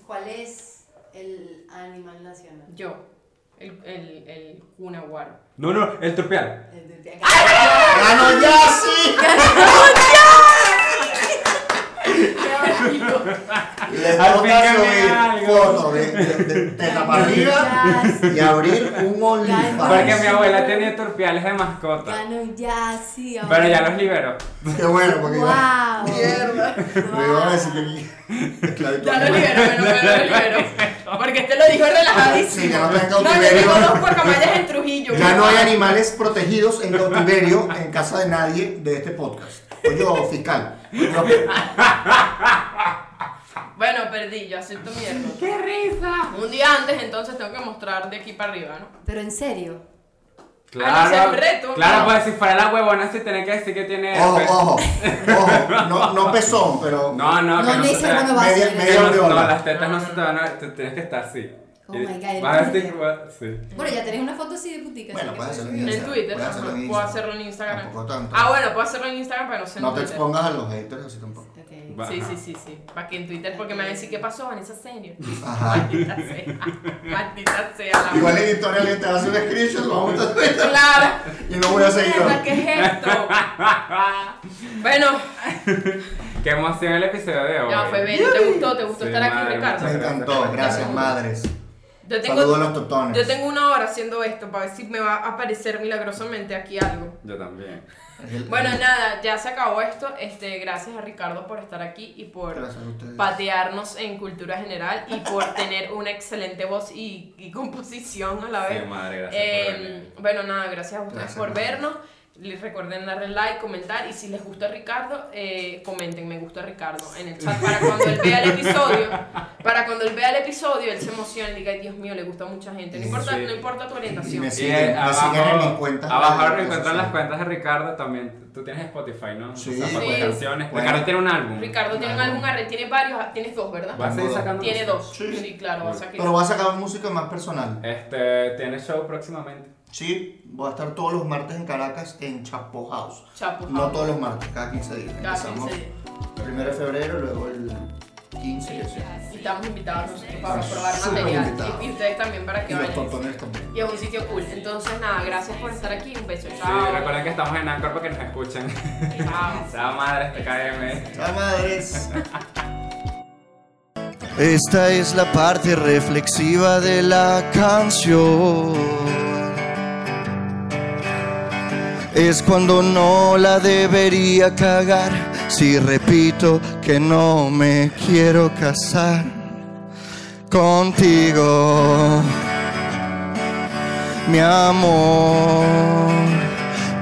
S5: ¿Cuál es el animal nacional?
S1: yo. El, el, el cunaguaro.
S3: No, no, el tropial.
S5: El del-
S4: ¡Ganó ya, sí! Les
S3: Al fin
S4: toca
S3: que me
S4: subir
S3: algo.
S4: fotos de, de, de, teta para arriba y abrir
S3: Porque
S4: un
S3: mi
S4: OnlyFans.
S3: abuela tenía tropiales de mascota.
S5: Ganó ya, sí. ahora.
S3: Pero ya los liberó.
S4: Qué bueno, porque iba-
S5: Guau.
S4: ¡Mierda! Me iban a decir que aquí... Claro,
S1: Ya lo libero, menos mal lo libero. Porque este lo dijo relajadísimo.
S4: Sí, ya no está en
S1: no, yo
S4: cautiverio.
S1: tengo dos guacamayas en Trujillo.
S4: Ya no hay animales protegidos en cautiverio en casa de nadie de este podcast. Coño, fiscal. Coño,
S1: Bueno, perdí, yo acepto mierda.
S3: ¡Qué risa!
S1: Un día antes, entonces tengo que mostrar de aquí para arriba, ¿no?
S5: Pero en serio.
S1: Ah, no, ese es
S3: Claro,
S1: un reto.
S3: claro, pues si fuera la huevona sí tenía que decir que tiene...
S4: Ojo,
S3: herpes.
S4: ojo, ojo. No, no pezón, pero.
S3: No, no, que
S5: No
S3: no
S5: le
S3: se
S5: hice
S3: te-
S5: bueno, va a
S4: media-
S5: ser.
S3: que
S4: media-
S3: no, no,
S4: aureola.
S3: las tetas
S1: Ah.
S3: no se te van a... Te tienes que estar así.
S5: Oh
S3: Y
S5: my God,
S3: Vas a
S5: el
S3: decir...
S5: tropial.
S3: Sí.
S5: Bueno, ya tenés una foto así de putica.
S4: Bueno,
S5: así
S4: puedes
S5: que puedes
S4: hacerlo
S5: subir.
S4: en
S1: En Twitter,
S4: Puedes hacerlo en
S1: ajá, puedo
S4: Instagram.
S1: hacerlo en Instagram.
S4: Tampoco tanto.
S1: Ah, bueno, puedo hacerlo en Instagram, pero no sé en
S4: No te
S1: Twitter.
S4: expongas a los haters así tampoco.
S5: Ok.
S3: Va,
S1: Sí,
S3: ajá.
S1: sí, sí, sí. Para que en Twitter, porque me van a decir, ¿qué pasó, Vanessa Senior?
S4: Ajá.
S1: Maldita sea. Maldita sea la
S4: Igual el editorial te va a hacer un screenshot, lo vamos a hacer
S1: Claro.
S4: y no voy a seguirlo.
S1: Mierda, ¿Qué es esto? bueno,
S3: Qué emoción el episodio de hoy.
S1: ya fue bello. ¿Te gustó? ¿Te gustó
S3: Sí,
S1: estar aquí,
S3: madre,
S1: Ricardo?
S4: Me encantó, gracias madres.
S1: Yo
S4: Saludos a
S1: tengo,
S4: los totones.
S1: yo tengo una hora haciendo esto para ver si me va a aparecer milagrosamente aquí algo.
S3: Yo también.
S1: Bueno, nada, ya se acabó esto. Este, gracias a Ricardo por estar aquí y por
S4: Gracias a ustedes.
S1: patearnos en cultura general y por tener una excelente voz y, y composición a la vez.
S3: Sí, madre, gracias
S1: Eh,
S3: por venir.
S1: bueno, nada, gracias a ustedes
S4: Gracias,
S1: por
S4: madre.
S1: vernos. Les recuerden darle like, comentar y si les gusta Ricardo, eh, comenten me gusta Ricardo en el chat para cuando él vea el episodio. Para cuando él vea el episodio, él se emociona y diga, "Ay, Dios mío, le gusta a mucha gente. No importa,
S3: Sí.
S1: no importa tu
S4: Y
S1: orientación.
S4: me
S3: Y
S4: siguen,
S3: eh,
S4: me siguen en mis cuentas.
S3: abajo
S4: de-
S3: ahora
S4: de
S3: encuentran las
S4: sociales.
S3: cuentas de Ricardo también. Tú tienes Spotify, ¿no?
S4: Sí.
S3: O sea, para
S1: Sí.
S3: tus canciones.
S4: Bueno.
S3: Ricardo tiene un álbum.
S1: Ricardo tiene un
S4: Claro.
S1: álbum arre, tiene varios, tienes dos, ¿verdad?
S3: Va a seguir
S4: Tengo
S3: sacando.
S1: Tiene
S3: música.
S1: dos. Sí, claro, vas a
S4: Pero voy a sacar música más personal.
S3: Este, tiene show próximamente.
S4: Sí, voy a estar todos los martes en Caracas en Chapo House.
S1: Chapo. eh.
S4: No todos los martes, cada 15 días.
S1: Cada 15
S4: Empezamos
S1: días.
S4: el 1 de febrero, luego el 15 y así.
S1: Y estamos invitados nosotros para probar
S4: Súper
S1: material.
S4: invitados.
S1: Y, y ustedes también para
S4: Y
S1: que
S4: los
S1: vayan.
S4: totones también.
S1: Y es un sitio cool. Entonces, nada, gracias por estar aquí. Un beso.
S3: Sí,
S1: Chao.
S3: recuerden que estamos en Anchor para que nos escuchen.
S1: Chao.
S3: Chao, madre, este KM.
S4: Chao, madres.
S6: Esta es la parte reflexiva de la canción. Es cuando no la debería cagar. Si repito que no me quiero casar contigo, mi amor.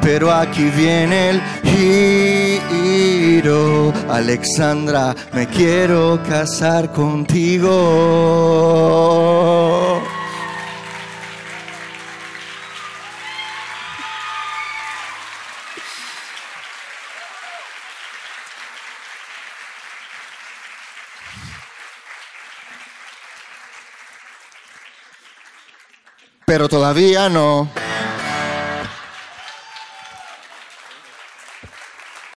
S6: Pero aquí viene el giro. Alexandra, me quiero casar contigo. Pero todavía no.